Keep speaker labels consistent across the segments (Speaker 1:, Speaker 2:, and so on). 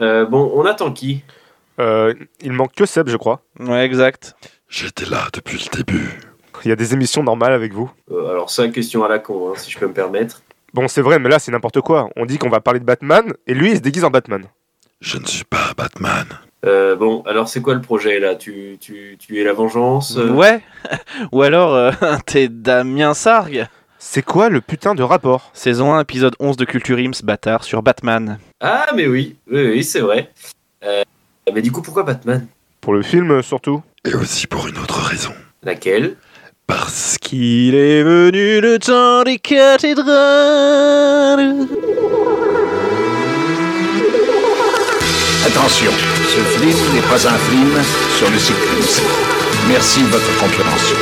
Speaker 1: Euh, bon, on attend qui
Speaker 2: Euh, il manque que Seb, je crois.
Speaker 3: Ouais, exact.
Speaker 4: J'étais là depuis le début.
Speaker 2: Il y a des émissions normales avec vous.
Speaker 1: Euh, Alors ça, question à la con, hein, si je peux me permettre.
Speaker 2: Bon, c'est vrai, mais là, c'est n'importe quoi. On dit qu'on va parler de Batman, et lui, il se déguise en Batman.
Speaker 4: Je ne suis pas Batman.
Speaker 1: Euh, bon, alors c'est quoi le projet là tu, tu, tu es la vengeance euh,
Speaker 3: Ouais. Ou alors, euh, t'es Damien Sargue.
Speaker 2: C'est quoi le putain de rapport
Speaker 3: Saison 1, épisode 11 de Culture Ims, bâtard, sur Batman.
Speaker 1: Ah, mais oui, oui, oui, c'est vrai. Euh, mais du coup, pourquoi Batman
Speaker 2: Pour le film, euh, surtout
Speaker 4: Et aussi pour une autre raison.
Speaker 1: Laquelle
Speaker 4: Parce que
Speaker 3: Qu'il est venu le temps des cathédrales.
Speaker 5: Attention, ce film n'est pas un film sur le cyclisme. Merci de votre compréhension.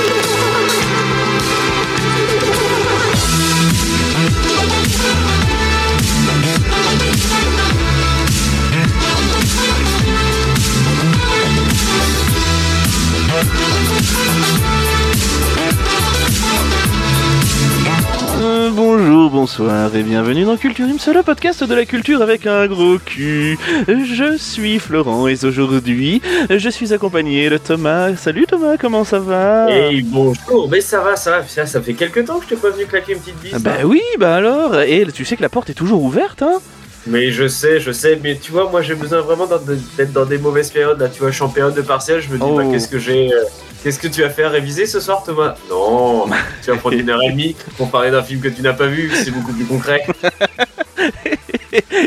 Speaker 3: Euh, bonjour, bonsoir et bienvenue dans Culture Ims, le podcast de la culture avec un gros cul. Je suis Florent et aujourd'hui, je suis accompagné de Thomas. Salut Thomas, comment ça va
Speaker 1: Hey, bonjour, mais ça va, ça va, ça, ça fait quelques temps que je t'ai pas venu claquer une petite bise.
Speaker 3: Ah
Speaker 1: hein.
Speaker 3: Bah oui, bah alors, et tu sais que la porte est toujours ouverte, hein
Speaker 1: Mais je sais, je sais, mais tu vois, moi j'ai besoin vraiment d'en- d'être dans des mauvaises périodes. Là, tu vois, je suis en période de partiel, je me dis,
Speaker 3: Oh.
Speaker 1: bah, qu'est-ce que j'ai. euh, Qu'est-ce que tu as fait à réviser ce soir, Thomas Non, tu vas prendre une heure et demie pour parler d'un film que tu n'as pas vu, c'est beaucoup plus concret.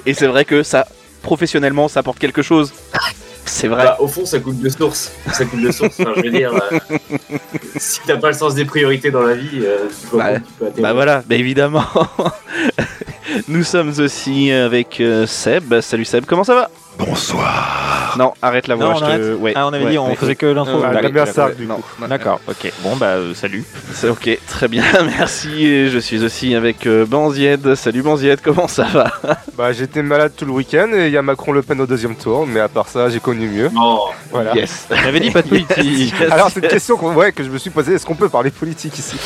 Speaker 3: Et c'est vrai que ça, professionnellement, ça apporte quelque chose. C'est vrai.
Speaker 1: Bah, au fond, ça coule de source. Ça coule de source, enfin, je veux dire. euh, si t'as pas le sens des priorités dans la vie, euh, tu vois
Speaker 3: Bah,
Speaker 1: comment tu peux atterrir.
Speaker 3: Bah voilà, bah évidemment. Nous sommes aussi avec euh, Seb. Salut Seb, comment ça va
Speaker 4: bonsoir.
Speaker 3: Non, arrête la voix.
Speaker 6: Ah. Non,
Speaker 3: je
Speaker 6: on
Speaker 3: te-
Speaker 6: arrête
Speaker 3: ouais,
Speaker 6: Ah, on avait
Speaker 3: ouais,
Speaker 6: dit, on
Speaker 3: ouais.
Speaker 6: faisait que l'intro.
Speaker 2: Ah,
Speaker 6: D'accord,
Speaker 2: Damien
Speaker 6: d'accord.
Speaker 2: Sargue, du
Speaker 3: non.
Speaker 2: coup.
Speaker 6: D'accord, ok. Bon, bah, euh, salut.
Speaker 3: C'est ok, très bien, merci. Et je suis aussi avec euh, Banzied. Salut Banzied, comment ça va
Speaker 2: Bah, j'étais malade tout le week-end, et il y a Macron-Le Pen au deuxième tour, mais à part ça, j'ai connu mieux.
Speaker 1: Non,
Speaker 2: Voilà.
Speaker 3: Yes.
Speaker 6: On avait dit pas de politique.
Speaker 3: Yes.
Speaker 2: Ah. Alors, c'est une question qu'on- ouais, que je me suis posée est-ce qu'on peut parler politique ici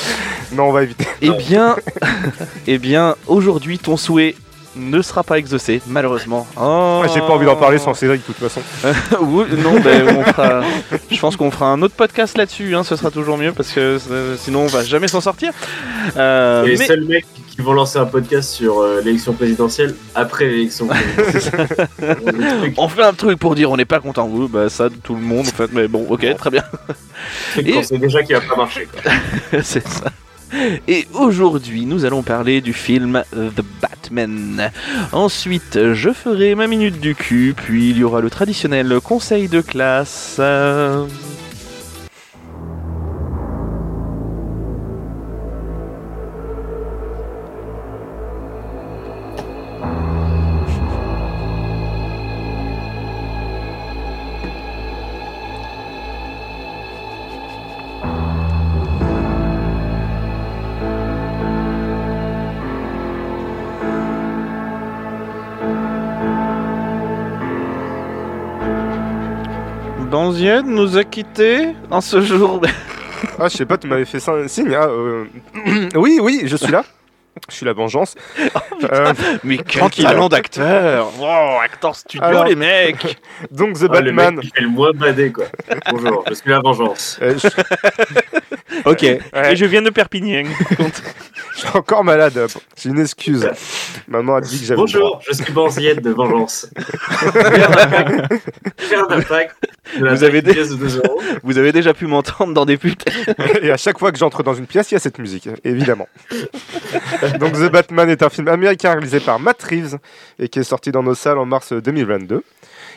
Speaker 2: Non, on va éviter.
Speaker 3: Eh bien, eh bien, aujourd'hui ton souhait ne sera pas exaucé, malheureusement. Oh.
Speaker 2: Ah, j'ai pas envie d'en parler sans Cédric, de toute façon.
Speaker 3: Ou- non, ben, on fera- je pense qu'on fera un autre podcast là-dessus, hein, ce sera toujours mieux parce que euh, sinon on va jamais s'en sortir. Euh,
Speaker 1: les
Speaker 3: mais-
Speaker 1: seuls mecs qui vont lancer un podcast sur euh, l'élection présidentielle après l'élection présidentielle. Le truc
Speaker 3: On fait un truc pour dire on n'est pas content, vous, bah ça tout le monde en fait, mais bon ok très bien,
Speaker 1: truc qu'on
Speaker 3: Et-
Speaker 1: sait déjà qu'il va pas marcher. quoi.
Speaker 3: c'est ça. Et aujourd'hui nous allons parler du film euh, The Batman. Ensuite je ferai ma minute du cul, puis il y aura le traditionnel conseil de classe. euh, Banzied nous a quittés en ce jour.
Speaker 2: Ah, je sais pas, tu m'avais fait ça un signe. ah, euh, oui, oui, je suis là. Je suis la vengeance.
Speaker 3: Oh,
Speaker 2: Euh,
Speaker 3: Mais quel
Speaker 2: Tranquille.
Speaker 3: talent d'acteur Wow, acteur studio
Speaker 2: Alors-
Speaker 3: les mecs
Speaker 2: donc, The
Speaker 1: Ah, le
Speaker 2: Batman.
Speaker 1: mec qui fait le moins badé, quoi. Bonjour, je suis la vengeance.
Speaker 2: Euh, je-
Speaker 6: ok.
Speaker 2: ouais,
Speaker 6: Et je viens de Perpignan.
Speaker 2: je suis encore malade. hein. J'ai une excuse. Maman a dit que j'avais. le droit.
Speaker 1: Bonjour, je suis Banziette de vengeance. Faire d'attaque. Faire d'attaque.
Speaker 3: Vous avez des-
Speaker 1: pièces de 2 euros.
Speaker 3: Vous avez déjà pu m'entendre dans des putes
Speaker 2: Et à chaque fois que j'entre dans une pièce, il y a cette musique, évidemment. Donc The Batman est un film américain réalisé par Matt Reeves et qui est sorti dans nos salles en mars 2022.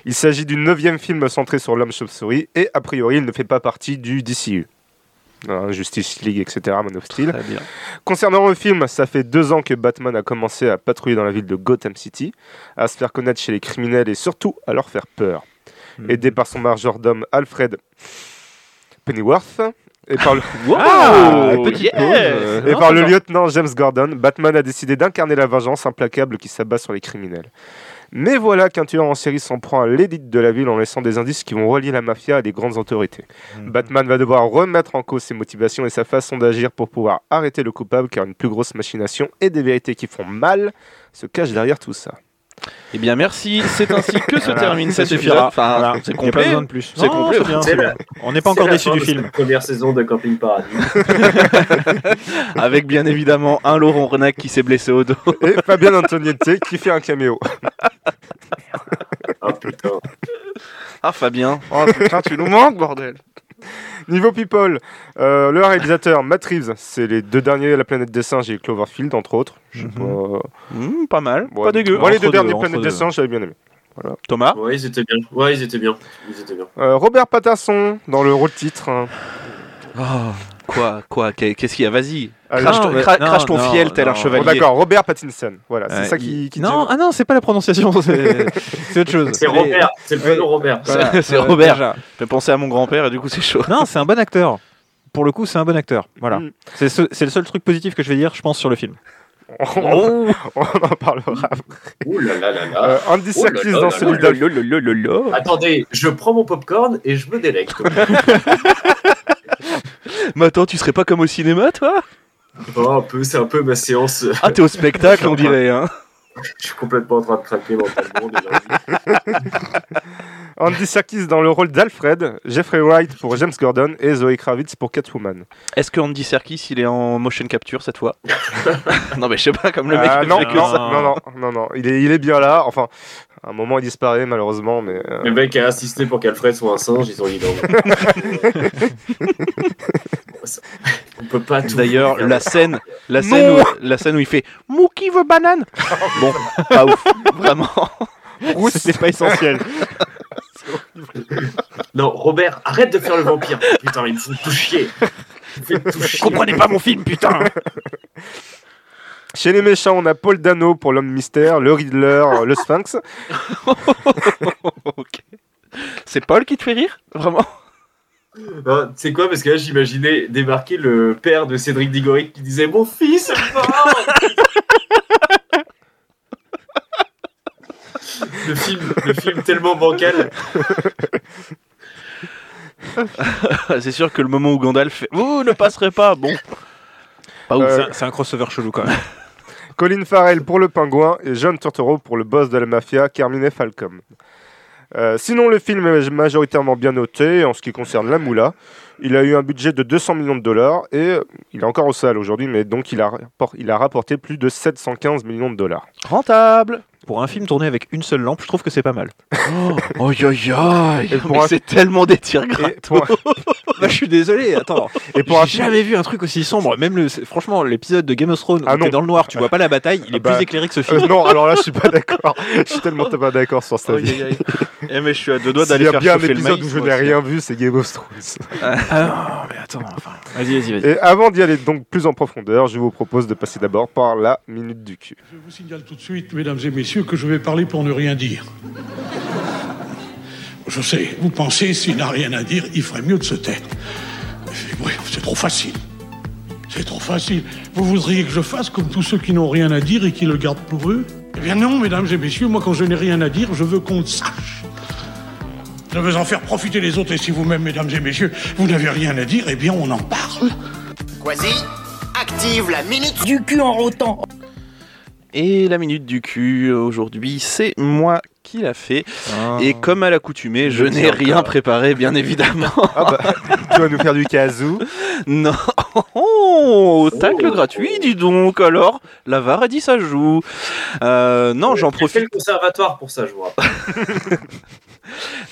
Speaker 2: Il s'agit du neuvième film centré sur l'homme chauve-souris et a priori il ne fait pas partie du DCU. Hein, Justice League, etc., Man of Steel.
Speaker 3: Très bien.
Speaker 2: Concernant le film, ça fait deux ans que Batman a commencé à patrouiller dans la ville de Gotham City, à se faire connaître chez les criminels et surtout à leur faire peur.
Speaker 6: Mhm.
Speaker 2: Aidé par son majordome Alfred Pennyworth et par le,
Speaker 3: Wow
Speaker 2: Ah,
Speaker 3: yes.
Speaker 2: Euh, et
Speaker 3: Ah,
Speaker 2: par le
Speaker 3: genre-
Speaker 2: lieutenant James Gordon, Batman a décidé d'incarner la vengeance implacable qui s'abat sur les criminels. Mais voilà qu'un tueur en série s'en prend à l'élite de la ville en laissant des indices qui vont relier la mafia à des grandes autorités. Batman va devoir remettre en cause ses motivations et sa façon d'agir pour pouvoir arrêter le coupable car une plus grosse machination et des vérités qui font mal se cachent derrière tout ça.
Speaker 3: Eh bien, merci. C'est ainsi que se
Speaker 6: Voilà.
Speaker 3: termine cet
Speaker 6: Ça
Speaker 3: épisode.
Speaker 6: suffira.
Speaker 3: Enfin,
Speaker 6: Voilà.
Speaker 3: Ah, c'est
Speaker 6: Il y a pas
Speaker 3: complet.
Speaker 6: besoin de plus.
Speaker 3: C'est
Speaker 6: Non,
Speaker 3: complet.
Speaker 6: bien,
Speaker 1: C'est
Speaker 6: celui-là.
Speaker 1: la-
Speaker 6: On n'est pas encore déçu du film.
Speaker 1: Première saison de Camping Paradis.
Speaker 3: Avec bien évidemment un Laurent Renac qui s'est blessé au dos.
Speaker 2: Et Fabien Antoniette qui fait un caméo.
Speaker 1: Ah putain.
Speaker 3: Ah, Fabien.
Speaker 7: Oh putain, tu nous manques, bordel.
Speaker 2: Niveau people, euh, le réalisateur Matt Reeves, c'est les deux derniers La planète des singes et Cloverfield entre autres. Je sais
Speaker 6: Mhm.
Speaker 2: pas, euh,
Speaker 3: Hmm, pas mal.
Speaker 2: ouais.
Speaker 3: pas dégueu.
Speaker 2: Moi les
Speaker 6: Entre
Speaker 2: deux
Speaker 6: deux,
Speaker 2: derniers
Speaker 6: entre
Speaker 2: Planète des
Speaker 6: deux.
Speaker 2: singes j'avais bien aimé.
Speaker 6: Ah.
Speaker 3: Thomas.
Speaker 1: Ouais, ils étaient bien. Ouais, ils étaient bien. Ils étaient bien.
Speaker 2: Euh, Robert Pattinson dans le rôle titre. hein.
Speaker 3: Ah, quoi, quoi, qu'est- qu'est-ce qu'il y a Vas-y.
Speaker 2: Ah,
Speaker 3: Crash,
Speaker 2: oui.
Speaker 3: ton,
Speaker 6: mais-
Speaker 3: cra-
Speaker 6: non,
Speaker 3: crache ton
Speaker 6: non,
Speaker 3: fiel tel un
Speaker 6: non.
Speaker 2: Bon,
Speaker 3: chevalier.
Speaker 2: Oh, D'accord, Robert Pattinson. Voilà,
Speaker 6: Ouais,
Speaker 2: c'est ça
Speaker 6: il-
Speaker 2: qui. qui
Speaker 6: non, ah non, c'est pas la prononciation, c'est c'est autre chose.
Speaker 1: C'est Robert. C'est le
Speaker 6: Ouais.
Speaker 1: prénom Robert.
Speaker 6: Voilà,
Speaker 3: C'est Robert.
Speaker 6: déjà.
Speaker 3: Je pensais à mon grand-père et du coup c'est chaud.
Speaker 6: Non, c'est un bon acteur. Pour le coup, c'est un bon acteur. Voilà.
Speaker 2: Mm.
Speaker 6: C'est ce- c'est le seul truc positif que je vais dire, je pense, sur le film.
Speaker 2: On, on en parlera.
Speaker 1: Ouh là là là là.
Speaker 2: Euh, Andy
Speaker 1: Oh là
Speaker 2: Serkis
Speaker 1: là
Speaker 2: dans
Speaker 1: là
Speaker 2: celui
Speaker 1: là Attendez, je prends mon popcorn et je me délecte.
Speaker 3: Mais attends, tu serais pas comme au cinéma, toi
Speaker 1: Oh, un peu, c'est un peu ma séance.
Speaker 3: Ah, t'es au spectacle, on dirait. Hein.
Speaker 1: Je suis complètement en train de craquer mentalement déjà.
Speaker 2: Andy Serkis dans le rôle d'Alfred, Jeffrey Wright pour James Gordon et Zoe Kravitz pour Catwoman.
Speaker 3: Est-ce que Andy Serkis, il est en motion capture cette fois Non, mais je sais pas, comme le mec.
Speaker 2: Ah,
Speaker 3: il
Speaker 2: non,
Speaker 3: fait que
Speaker 2: non,
Speaker 3: ça.
Speaker 2: non, non, non, non, il est, il est bien là. Enfin, à un moment il disparaît malheureusement, mais euh,
Speaker 1: Le mec a insisté pour qu'Alfred soit un singe, ils ont dit non. On peut pas tout.
Speaker 3: D'ailleurs, la scène, la scène, où, la scène où il fait Mookie veut banane. bon, pas ouf, vraiment.
Speaker 6: C'est pas essentiel.
Speaker 1: Non, Robert, arrête de faire le vampire. Putain, il me fout tout chier. Il me fait tout chier.
Speaker 6: Comprenez pas mon film, putain
Speaker 2: Chez les méchants, on a Paul Dano pour l'homme mystère, le Riddler, euh, le Sphinx.
Speaker 3: Ok. C'est Paul qui te fait rire, vraiment.
Speaker 1: Non, tu sais Hein, quoi Parce que là, j'imaginais débarquer le père de Cédric Diggory qui disait Mon fils est mort le, film, le film tellement bancal.
Speaker 3: C'est sûr que le moment où Gandalf fait Vous ne passerez pas. Bon, pas ouf. hein.
Speaker 2: Euh,
Speaker 6: C'est un- C'est un crossover chelou quand même.
Speaker 2: Colin Farrell pour le pingouin et John Turturro pour le boss de la mafia, Carmine Falcom. Euh, sinon, le film est majoritairement bien noté en ce qui concerne la moula. Il a eu un budget de 200 millions de dollars et euh, il est encore aux salles aujourd'hui, mais donc il a, rappor- il a rapporté plus de 715 millions de dollars.
Speaker 3: Rentable.
Speaker 6: Pour un film tourné avec une seule lampe, je trouve que c'est pas mal.
Speaker 3: Oh, oh, yo, yo.
Speaker 2: Et pour
Speaker 3: Mais
Speaker 2: un-
Speaker 3: C'est tellement des tirs
Speaker 2: Et
Speaker 3: gras.
Speaker 2: pour,
Speaker 6: je suis désolé, Eh, attends.
Speaker 2: et pour
Speaker 6: J'ai
Speaker 2: un film-
Speaker 6: jamais vu un truc aussi sombre. Même le, c'est- franchement, l'épisode de Game of Thrones,
Speaker 2: Ah
Speaker 6: où t'es
Speaker 2: non.
Speaker 6: dans le noir, tu vois pas la bataille, il
Speaker 2: Ah
Speaker 6: est
Speaker 2: bah,
Speaker 6: plus éclairé que ce
Speaker 2: Euh,
Speaker 6: film.
Speaker 2: non, alors là, je suis pas d'accord. Je suis tellement pas d'accord sur cette
Speaker 3: Aïe,
Speaker 2: vie.
Speaker 3: aïe, aïe. Eh, mais je suis à deux doigts
Speaker 2: Il
Speaker 3: d'aller
Speaker 2: y a
Speaker 3: faire
Speaker 2: bien un
Speaker 3: chauffer le
Speaker 2: épisode où
Speaker 3: maïs,
Speaker 2: je
Speaker 3: moi
Speaker 2: n'ai
Speaker 3: aussi.
Speaker 2: rien vu, c'est Game of Thrones.
Speaker 6: Ah non, mais attends, enfin. Vas-y, vas-y, vas-y.
Speaker 2: Et avant d'y aller donc plus en profondeur, je vous propose de passer d'abord par la minute du cul.
Speaker 8: Je vous signale tout de suite, mesdames et messieurs, que je vais parler pour ne rien dire. Je sais, vous pensez, s'il n'a rien à dire, il ferait mieux de se taire. Mais ouais, c'est trop facile. C'est trop facile. Vous voudriez que je fasse comme tous ceux qui n'ont rien à dire et qui le gardent pour eux Eh bien non, mesdames et messieurs, moi quand je n'ai rien à dire, je veux qu'on le sache. Je veux en faire profiter les autres et si vous-même, mesdames et messieurs, vous n'avez rien à dire, eh bien on en parle.
Speaker 9: Quasi, active la minute
Speaker 10: Du cul en rotant.
Speaker 3: Et la minute du cul euh, aujourd'hui, c'est moi qui l'a fait.
Speaker 2: Ah.
Speaker 3: Et comme à l'accoutumée, je n'ai rien préparé, bien évidemment.
Speaker 2: Ah bah, tu vas nous faire du kazoo.
Speaker 3: non, au tacle
Speaker 2: Oh.
Speaker 3: gratuit, dis donc. Alors, la VAR a dit ça joue. Euh, non, j'en
Speaker 1: J'ai fait
Speaker 3: profite.
Speaker 1: le conservatoire pour ça, je vois.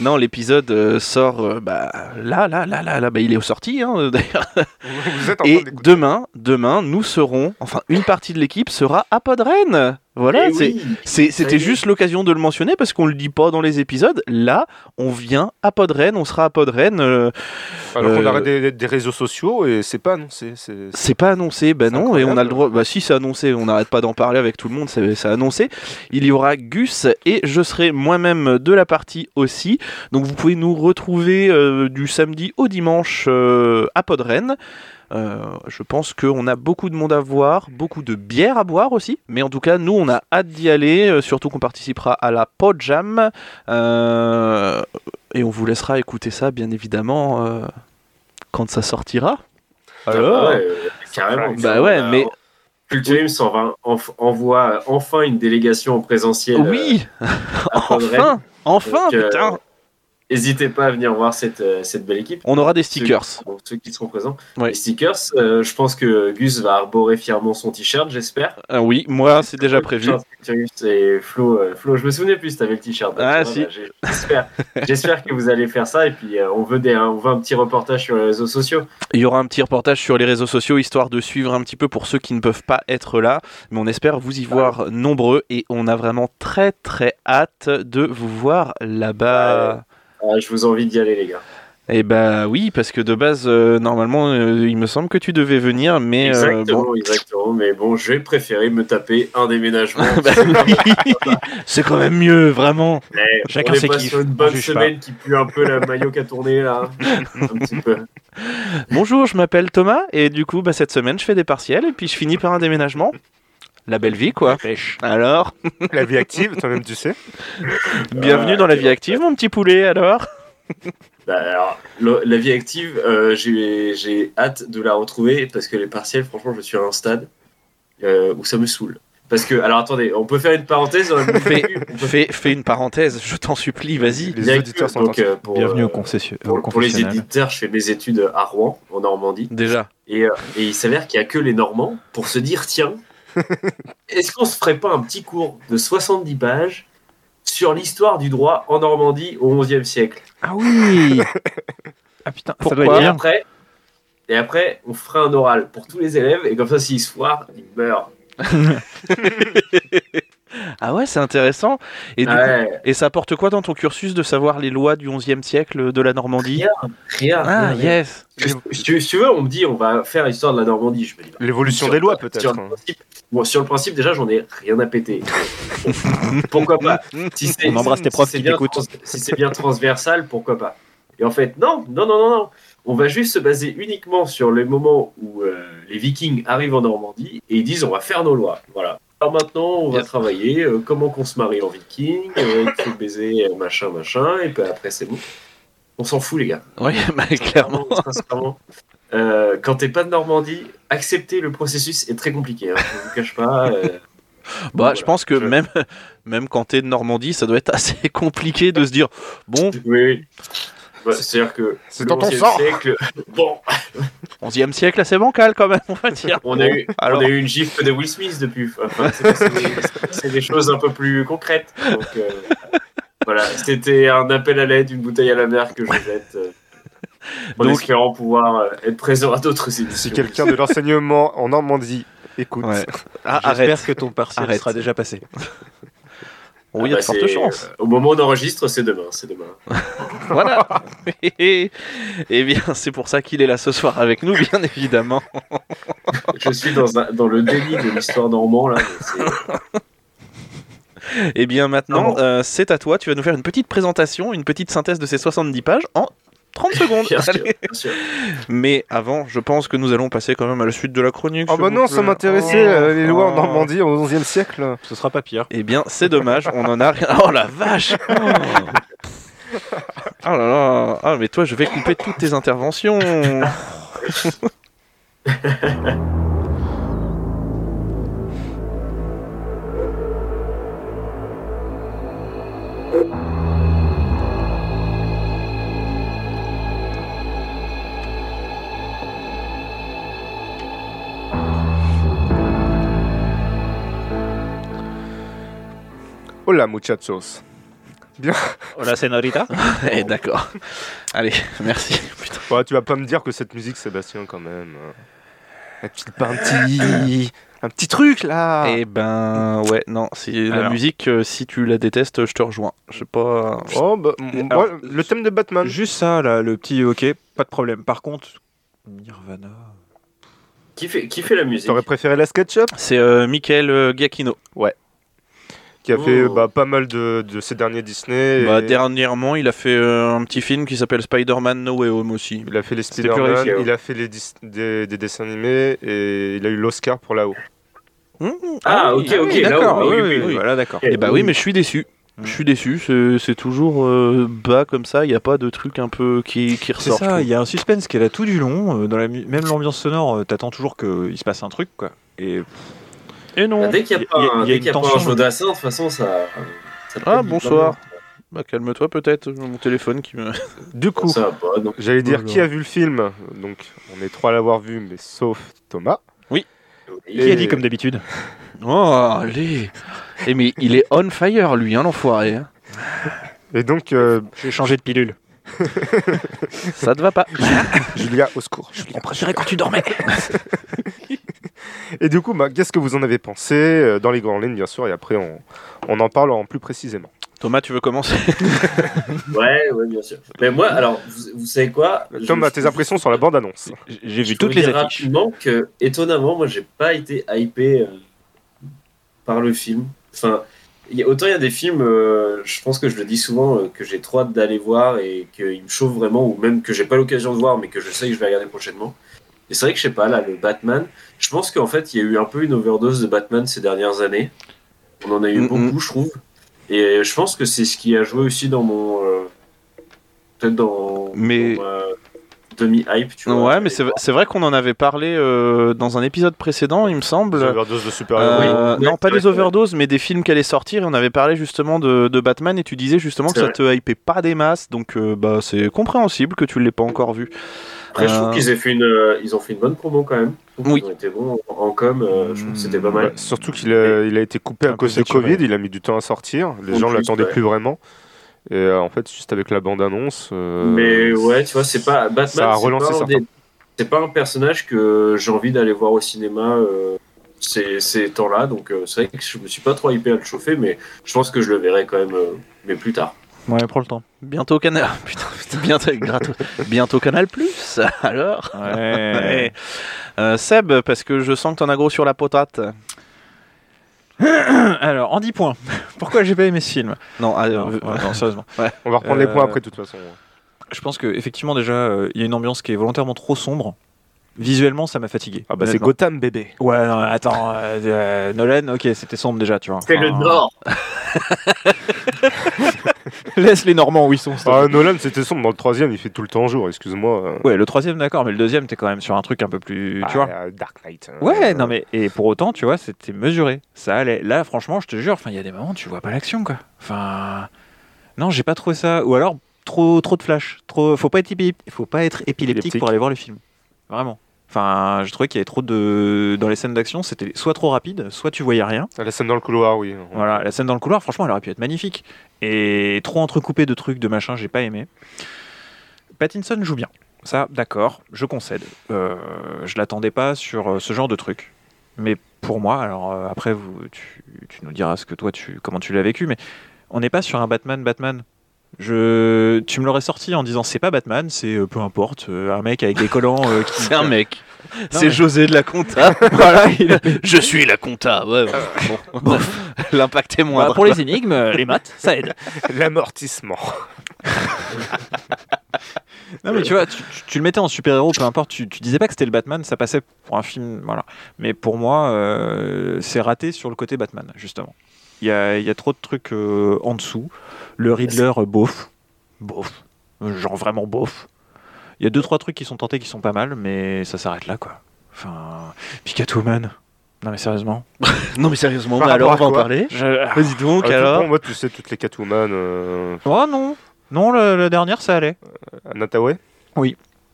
Speaker 3: Non, l'épisode euh, sort euh, bah, là, là, là, là, là. Bah, il est sorti, hein, d'ailleurs.
Speaker 2: Vous êtes en
Speaker 3: Et
Speaker 2: train d'écouter.
Speaker 3: demain, demain, nous serons, enfin, une partie de l'équipe sera à Podren. Voilà,
Speaker 1: Eh
Speaker 3: c'est.
Speaker 1: oui.
Speaker 3: C'est-
Speaker 1: Ça
Speaker 3: C'était
Speaker 1: y est.
Speaker 3: juste l'occasion de le mentionner parce qu'on le dit pas dans les épisodes. Là, on vient à Podren, on sera à Podren. euh,
Speaker 2: Alors qu'on
Speaker 3: euh,
Speaker 2: a des, des réseaux sociaux et c'est pas annoncé. c'est- c'est-
Speaker 3: c'est pas annoncé, ben
Speaker 2: C'est
Speaker 3: non, et on a le
Speaker 2: incroyable.
Speaker 3: droit. Bah si c'est annoncé, on n'arrête pas d'en parler avec tout le monde, c'est c'est annoncé. Il y aura Gus et je serai moi-même de la partie aussi. Donc vous pouvez nous retrouver euh, du samedi au dimanche euh, à Podren. Euh, je pense qu'on a beaucoup de monde à voir, beaucoup de bière à boire aussi. Mais en tout cas, nous, on a hâte d'y aller, euh, surtout qu'on participera à la Podjam. Euh, et on vous laissera écouter ça, bien évidemment, euh, quand ça sortira.
Speaker 1: Ah ouais, euh, carrément.
Speaker 3: Bah ouais,
Speaker 1: On a-
Speaker 3: mais
Speaker 1: Culture Im s'en va- enf- envoie euh, enfin une délégation en présentiel. euh,
Speaker 3: Oui
Speaker 1: à Podren.
Speaker 3: Enfin Enfin,
Speaker 1: Donc, euh,
Speaker 3: putain
Speaker 1: N'hésitez pas à venir voir cette, euh, cette belle équipe.
Speaker 3: On aura des stickers.
Speaker 1: Ceux, bon, ceux qui seront présents.
Speaker 3: Ouais.
Speaker 1: Les stickers, euh, je pense que Gus va arborer fièrement son t-shirt, j'espère.
Speaker 3: Ah oui, moi, c'est déjà prévu.
Speaker 1: Et Flo, euh, Flo, je me souvenais plus, t'avais le t-shirt.
Speaker 3: Ah,
Speaker 1: Tu
Speaker 3: si.
Speaker 1: vois, bah, j'ai- J'espère, j'espère que vous allez faire ça. Et puis, euh, on, veut des, on veut un petit reportage sur les réseaux sociaux.
Speaker 3: Il y aura un petit reportage sur les réseaux sociaux, histoire de suivre un petit peu pour ceux qui ne peuvent pas être là. Mais on espère vous y voir nombreux et on a vraiment très très hâte de vous voir là-bas.
Speaker 1: Euh, je vous envie d'y aller, les gars.
Speaker 3: Eh bah oui, parce que de base, euh, normalement, euh, il me semble que tu devais venir, mais... euh,
Speaker 1: Exactement,
Speaker 3: bon.
Speaker 1: exactement. Mais bon, je vais préférer me taper un déménagement.
Speaker 3: Bah oui, c'est quand même mieux, vraiment.
Speaker 1: Eh,
Speaker 6: Chacun
Speaker 1: on est
Speaker 6: ses
Speaker 1: pas
Speaker 6: kiffs,
Speaker 1: sur une
Speaker 6: on
Speaker 1: bonne
Speaker 6: juge
Speaker 1: semaine qui pue un peu la maillot qu'à tourner là. un petit peu.
Speaker 3: Bonjour, je m'appelle Thomas et du coup, bah, cette semaine, je fais des partiels et puis je finis par un déménagement. La belle vie, quoi. Alors,
Speaker 2: La vie active, toi-même tu sais.
Speaker 3: bienvenue dans la vie active, mon petit poulet, alors
Speaker 1: Bah, alors, le- la vie active, euh, j'ai j'ai hâte de la retrouver parce que les partiels, franchement, je suis à un stade euh, où ça me saoule. Parce que, alors attendez, on peut faire une parenthèse dans la minute
Speaker 3: Fais-
Speaker 1: d'actu On peut-
Speaker 3: fais, fais une parenthèse, je t'en supplie, vas-y.
Speaker 2: Les
Speaker 1: Il y a
Speaker 2: auditeurs
Speaker 1: que-
Speaker 2: sont
Speaker 1: donc, euh, pour,
Speaker 6: Bienvenue
Speaker 1: euh,
Speaker 6: au concession- au
Speaker 1: pour, pour les
Speaker 6: confessionnal.
Speaker 1: éditeurs, je fais mes études à Rouen, en Normandie.
Speaker 3: Déjà.
Speaker 1: Et, euh, et il s'avère qu'il n'y a que les Normands pour se dire tiens, est-ce qu'on se ferait pas un petit cours de 70 pages sur l'histoire du droit en Normandie au XIe siècle
Speaker 6: Ah oui Ah putain, ça doit
Speaker 1: Et
Speaker 6: être bien.
Speaker 1: après, et après, on fera un oral pour tous les élèves, et comme ça, s'ils se foirent, ils meurent.
Speaker 3: Ah ouais, c'est intéressant. Et, du coup-
Speaker 1: Ouais,
Speaker 3: et ça apporte quoi dans ton cursus de savoir les lois du 11e siècle de la Normandie
Speaker 1: Rien, rien.
Speaker 3: Ah
Speaker 1: rien, rien.
Speaker 3: yes
Speaker 1: Si tu- si tu veux, on me dit on va faire l'histoire de la Normandie. Je me dis, bah,
Speaker 2: L'évolution
Speaker 1: Sur-
Speaker 2: des lois
Speaker 1: Sur
Speaker 2: peut-être.
Speaker 1: le, principe, bon, sur le principe, déjà, j'en ai rien à péter. pourquoi pas si c'est-
Speaker 6: On embrasse tes
Speaker 1: si
Speaker 6: profs
Speaker 1: c'est
Speaker 6: qui
Speaker 1: bien
Speaker 6: t'écoutent.
Speaker 1: trans- Si c'est bien transversal, pourquoi pas Et en fait, non, non, non, non, non. On va juste se baser uniquement sur le moment où euh, les Vikings arrivent en Normandie et ils disent on va faire nos lois. Voilà. Alors maintenant, on va
Speaker 3: Yes.
Speaker 1: travailler euh, comment qu'on se marie en Viking, euh, il faut baiser euh, machin, machin, et puis après c'est bon. On s'en fout les gars.
Speaker 3: Oui, bah, clairement.
Speaker 1: Sincèrement, sincèrement, euh, quand t'es pas de Normandie, accepter le processus est très compliqué. Hein, je vous cache pas. euh,
Speaker 3: Bah,
Speaker 1: voilà.
Speaker 3: je pense que
Speaker 1: Je-
Speaker 3: même, même quand t'es de Normandie, ça doit être assez compliqué de se dire bon,
Speaker 1: Oui, oui. Bah, C'est-à-dire que
Speaker 2: C'est
Speaker 1: le
Speaker 2: dans ton
Speaker 1: 11e
Speaker 2: sang.
Speaker 1: siècle, bon,
Speaker 3: 11e siècle, assez bancal quand même, on va dire.
Speaker 1: on a eu,
Speaker 3: Alors.
Speaker 1: on a eu une gifle de Will Smith depuis. Enfin, c'est c'est des- c'est des choses un peu plus concrètes. Donc, euh, voilà, c'était un appel à l'aide, une bouteille à la mer que je jette. euh, en
Speaker 3: Donc-
Speaker 1: espérant pouvoir euh, être présent à d'autres
Speaker 2: Si
Speaker 1: éditions.
Speaker 2: quelqu'un de l'enseignement en Normandie écoute,
Speaker 3: Ouais. Ah,
Speaker 6: J'espère que ton partiel
Speaker 3: Arrête.
Speaker 6: sera déjà passé.
Speaker 3: Oui, il y a
Speaker 1: Ah
Speaker 3: de
Speaker 1: bah,
Speaker 3: fortes
Speaker 1: c'est-
Speaker 3: chances.
Speaker 1: Au moment où on enregistre, c'est demain, c'est demain.
Speaker 3: Voilà. Eh bien, c'est pour ça qu'il est là ce soir avec nous, bien évidemment.
Speaker 1: Je suis dans, un- dans le déni de l'histoire normand là. mais c'est-
Speaker 3: Eh bien, maintenant,
Speaker 1: Comment
Speaker 3: euh, c'est à toi. Tu vas nous faire une petite présentation, une petite synthèse de ces 70 pages en 30 secondes.
Speaker 1: Bien sûr,
Speaker 3: Allez.
Speaker 1: bien sûr.
Speaker 3: Mais avant, je pense que nous allons passer quand même à la suite de la chronique.
Speaker 2: Oh
Speaker 3: s'il
Speaker 2: bah
Speaker 3: vous
Speaker 2: non,
Speaker 3: plaît.
Speaker 2: ça m'intéressait,
Speaker 3: Oh.
Speaker 2: euh, les lois en
Speaker 3: Oh.
Speaker 2: Normandie au XIe siècle.
Speaker 6: Ce sera pas pire.
Speaker 3: Eh bien, c'est dommage, on en a rien. Oh la vache Oh. Ah là là Ah, mais toi, je vais couper toutes tes interventions
Speaker 2: Hola muchachos.
Speaker 6: Hola, senorita.
Speaker 3: Eh, d'accord. Allez, merci. Putain.
Speaker 2: Ouais, tu vas pas me dire que cette musique, Sébastien, quand même. euh, Un petit, pas un petit, un petit truc là.
Speaker 3: Eh ben, ouais, non, c'est la
Speaker 6: Alors.
Speaker 3: musique, euh, si tu la détestes, je te rejoins. Je sais pas...
Speaker 2: Oh bah, m-
Speaker 6: Alors,
Speaker 2: moi, le thème de Batman.
Speaker 6: Juste ça, là, le petit euh, ok, pas de problème. Par contre, Nirvana.
Speaker 1: Qui fait, qui fait la musique
Speaker 2: T'aurais préféré la SketchUp
Speaker 3: C'est euh, Michael euh, Giacchino.
Speaker 2: qui a fait
Speaker 1: Oh.
Speaker 2: bah, pas mal de, de ses derniers Disney. et
Speaker 3: Bah, dernièrement, il a fait euh, un petit film qui s'appelle Spider-Man No Way Home aussi.
Speaker 2: Il a fait les
Speaker 6: C'était plus
Speaker 2: Spider-Man,
Speaker 1: réussi, ouais.
Speaker 2: il a fait les dis- des, des dessins animés et il a eu l'Oscar pour là-haut.
Speaker 3: Mmh,
Speaker 1: Ah,
Speaker 3: oui,
Speaker 1: ok, ok,
Speaker 3: oui,
Speaker 1: là,
Speaker 3: d'accord.
Speaker 1: oui,
Speaker 3: oui,
Speaker 1: oui,
Speaker 3: oui, oui.
Speaker 6: Voilà, d'accord.
Speaker 3: Eh
Speaker 1: ben
Speaker 3: bah oui, mais je suis déçu. Je suis déçu, c'est- c'est toujours euh, bas comme ça, il n'y a pas de truc un peu qui, qui
Speaker 6: C'est
Speaker 3: ressort. je
Speaker 6: ça,
Speaker 3: trouve.
Speaker 6: il y a un suspense qui est là tout du long. euh, dans la mu- même l'ambiance sonore, euh, t'attends toujours qu'il se passe un truc, quoi. Et pff,
Speaker 4: Et non.
Speaker 1: Bah, dès qu'il n'y a, pas
Speaker 3: y a-
Speaker 1: un-
Speaker 3: y a
Speaker 1: dès
Speaker 3: une
Speaker 1: qu'il y a pas
Speaker 3: tension.
Speaker 1: un jeu d'assaut, de toute façon, ça. ça
Speaker 4: Ah,
Speaker 1: peut-
Speaker 4: bonsoir. Bah, calme-toi peut-être, mon téléphone qui me.
Speaker 2: Du coup,
Speaker 1: Ça va pas, non.
Speaker 2: j'allais dire
Speaker 3: Bonjour.
Speaker 2: qui a vu le film Donc, on est trois à l'avoir vu, mais sauf Thomas.
Speaker 1: Et-
Speaker 2: a dit comme
Speaker 3: d'habitude
Speaker 4: Oh, allez Et mais il est on fire lui, hein, l'enfoiré. hein.
Speaker 2: Et donc, euh,
Speaker 3: J'ai changé de pilule.
Speaker 4: Ça te va pas.
Speaker 2: Julia, au secours.
Speaker 4: On préférait quand tu dormais.
Speaker 2: Et du coup, bah, qu'est-ce que vous en avez pensé euh, Dans les grandes lignes, bien sûr, et après, on, on en parle en plus précisément.
Speaker 4: Thomas, tu veux commencer
Speaker 1: Ouais, ouais, bien sûr. Mais moi, alors, vous, vous savez quoi Je-
Speaker 3: bah,
Speaker 2: Thomas,
Speaker 1: je-
Speaker 2: tes impressions sur la bande-annonce
Speaker 3: J'ai
Speaker 1: je peux dire rapidement que, étonnamment, moi, j'ai pas été hypé euh, par le film. Enfin, il y a- autant il y a des films, euh, je pense que je le dis souvent, euh, que j'ai trop hâte d'aller voir et qu'ils me chauffent vraiment, ou même que j'ai pas l'occasion de voir, mais que je sais que je vais regarder prochainement. Et c'est vrai que je sais pas, là, le Batman, je pense qu'en fait, il y a eu un peu une overdose de Batman ces dernières années. On en a eu
Speaker 4: Mhm.
Speaker 1: beaucoup, je trouve. Et euh, je pense que c'est ce qui a joué aussi dans mon. euh, Peut-être dans.
Speaker 4: Mais-
Speaker 1: dans ma Demi-hype, tu vois.
Speaker 4: Ouais, mais c'est v- c'est vrai qu'on en avait parlé euh, dans un épisode précédent, il me semble.
Speaker 2: Overdose de super-héros.
Speaker 4: Euh,
Speaker 1: Oui.
Speaker 4: non,
Speaker 1: Ouais,
Speaker 4: pas
Speaker 1: c'est
Speaker 4: des
Speaker 1: vrai, c'est
Speaker 4: overdoses, mais des films qui allaient sortir. Et on avait parlé justement de, de Batman et tu disais justement que
Speaker 1: C'est
Speaker 4: ça te hypait pas des masses. Donc euh, bah, c'est compréhensible que tu l'aies pas encore vu.
Speaker 1: Après, je
Speaker 4: Euh,
Speaker 1: trouve qu'ils aient fait une, euh, ils ont fait une bonne promo quand même. Je trouve
Speaker 4: Oui.
Speaker 1: qu'ils ont été bons en, en com. euh, je trouve que c'était pas mal.
Speaker 2: Ouais, surtout qu'il a, il a été coupé à
Speaker 3: Un peu
Speaker 2: cause de
Speaker 3: saturé.
Speaker 2: Covid, il a mis du temps à sortir, les
Speaker 1: En
Speaker 2: gens
Speaker 1: plus,
Speaker 2: l'attendaient
Speaker 1: ouais.
Speaker 2: plus vraiment. Et euh, en fait, juste avec la bande-annonce. euh,
Speaker 1: Mais ouais, tu vois, c'est pas Batman.
Speaker 2: Ça a
Speaker 1: c'est
Speaker 2: relancé
Speaker 1: pas un
Speaker 2: certains.
Speaker 1: des- C'est pas un personnage que j'ai envie d'aller voir au cinéma euh, ces, ces temps-là. Donc euh, c'est vrai que je me suis pas trop hypé à le chauffer, mais je pense que je le verrai quand même, euh, mais plus tard.
Speaker 3: Ouais, prends le temps.
Speaker 4: Bientôt Canal. Putain, putain, bientôt, gratos. bientôt Canal Plus. Alors. Ouais. Euh, Seb, parce que je sens que t'en as gros sur la potate.
Speaker 3: Alors, en 10 points, pourquoi j'ai pas aimé ce film
Speaker 4: Non, ah, euh,
Speaker 3: Non, non, sérieusement.
Speaker 2: On va reprendre les
Speaker 3: Euh,
Speaker 2: points après, de toute façon.
Speaker 3: Je pense que effectivement déjà, euh, il y a une ambiance qui est volontairement trop sombre. Visuellement, ça m'a fatigué.
Speaker 2: Ah bah, c'est
Speaker 3: honnêtement.
Speaker 2: Gotham, bébé.
Speaker 3: Ouais, non, attends, euh, euh, Nolan, ok, c'était sombre déjà, tu vois.
Speaker 1: C'est le
Speaker 2: euh,
Speaker 3: Enfin,
Speaker 1: Nord.
Speaker 3: Laisse les Normands où ils sont. s'il te plaît.
Speaker 2: Ah, Nolan, c'était sombre dans le troisième, il fait tout le temps jour, excuse-moi. euh.
Speaker 3: Ouais, le troisième, d'accord, mais le deuxième, t'es quand même sur un truc un peu plus. tu
Speaker 2: Ah,
Speaker 3: vois
Speaker 2: euh, Dark Knight. euh,
Speaker 3: Ouais, non, mais. Et pour autant, tu vois, c'était mesuré. Ça allait. Là, franchement, je te jure, enfin, il y a des moments, tu vois pas l'action, quoi. Enfin. Non, j'ai pas trouvé ça. Ou alors, trop, trop de flash. Trop... Faut, pas être épi- Faut pas être épileptique,
Speaker 2: Épileptique.
Speaker 3: pour aller voir le film. Vraiment. Enfin, je trouvais qu'il y avait trop de. Dans les scènes d'action, c'était soit trop rapide, soit tu voyais rien.
Speaker 2: La scène dans le couloir, oui.
Speaker 3: Voilà, la scène dans le couloir, franchement, elle aurait pu être magnifique. Et trop entrecoupée de trucs, de machin, j'ai pas aimé. Pattinson joue bien. Ça, d'accord, je concède. Euh, je l'attendais pas sur euh, ce genre de truc. Mais pour moi, alors euh, après, vous, tu, tu nous diras ce que toi, tu, comment tu l'as vécu, mais on n'est pas sur un Batman, Batman. Je, tu me l'aurais sorti en disant c'est pas Batman, c'est euh, peu importe, euh, un mec avec des collants euh, qui.
Speaker 4: C'est un mec. C'est
Speaker 3: mais-
Speaker 4: José de la compta.
Speaker 3: voilà, il a-
Speaker 4: je suis la compta. Ouais, bon, bon. L'impact est moindre.
Speaker 3: Euh, Bah, pour les énigmes, euh, les maths, ça aide.
Speaker 2: L'amortissement.
Speaker 3: Non mais tu vois, tu, tu- tu le mettais en super-héros, peu importe, tu, tu disais pas que c'était le Batman, ça passait pour un film, voilà. Mais pour moi, euh, c'est raté sur le côté Batman, justement. Il y a, il y a trop de trucs euh, en dessous. Le Riddler, euh, beauf. Beauf. Euh, Genre vraiment beauf. Il y a deux, trois trucs qui sont tentés qui sont pas mal, mais ça s'arrête là, quoi. Enfin... Puis Catwoman. Non mais sérieusement.
Speaker 4: Non, mais sérieusement,
Speaker 2: Par
Speaker 4: mais alors on
Speaker 2: rapport
Speaker 4: va
Speaker 2: à
Speaker 4: en
Speaker 2: quoi
Speaker 4: parler.
Speaker 3: Je-
Speaker 4: Vas-y donc,
Speaker 2: Euh,
Speaker 4: alors.
Speaker 2: tout- Moi, tu sais, toutes les Catwoman. Euh...
Speaker 3: Oh non Non, la- la dernière, ça allait.
Speaker 2: Anna Tawai
Speaker 3: Non,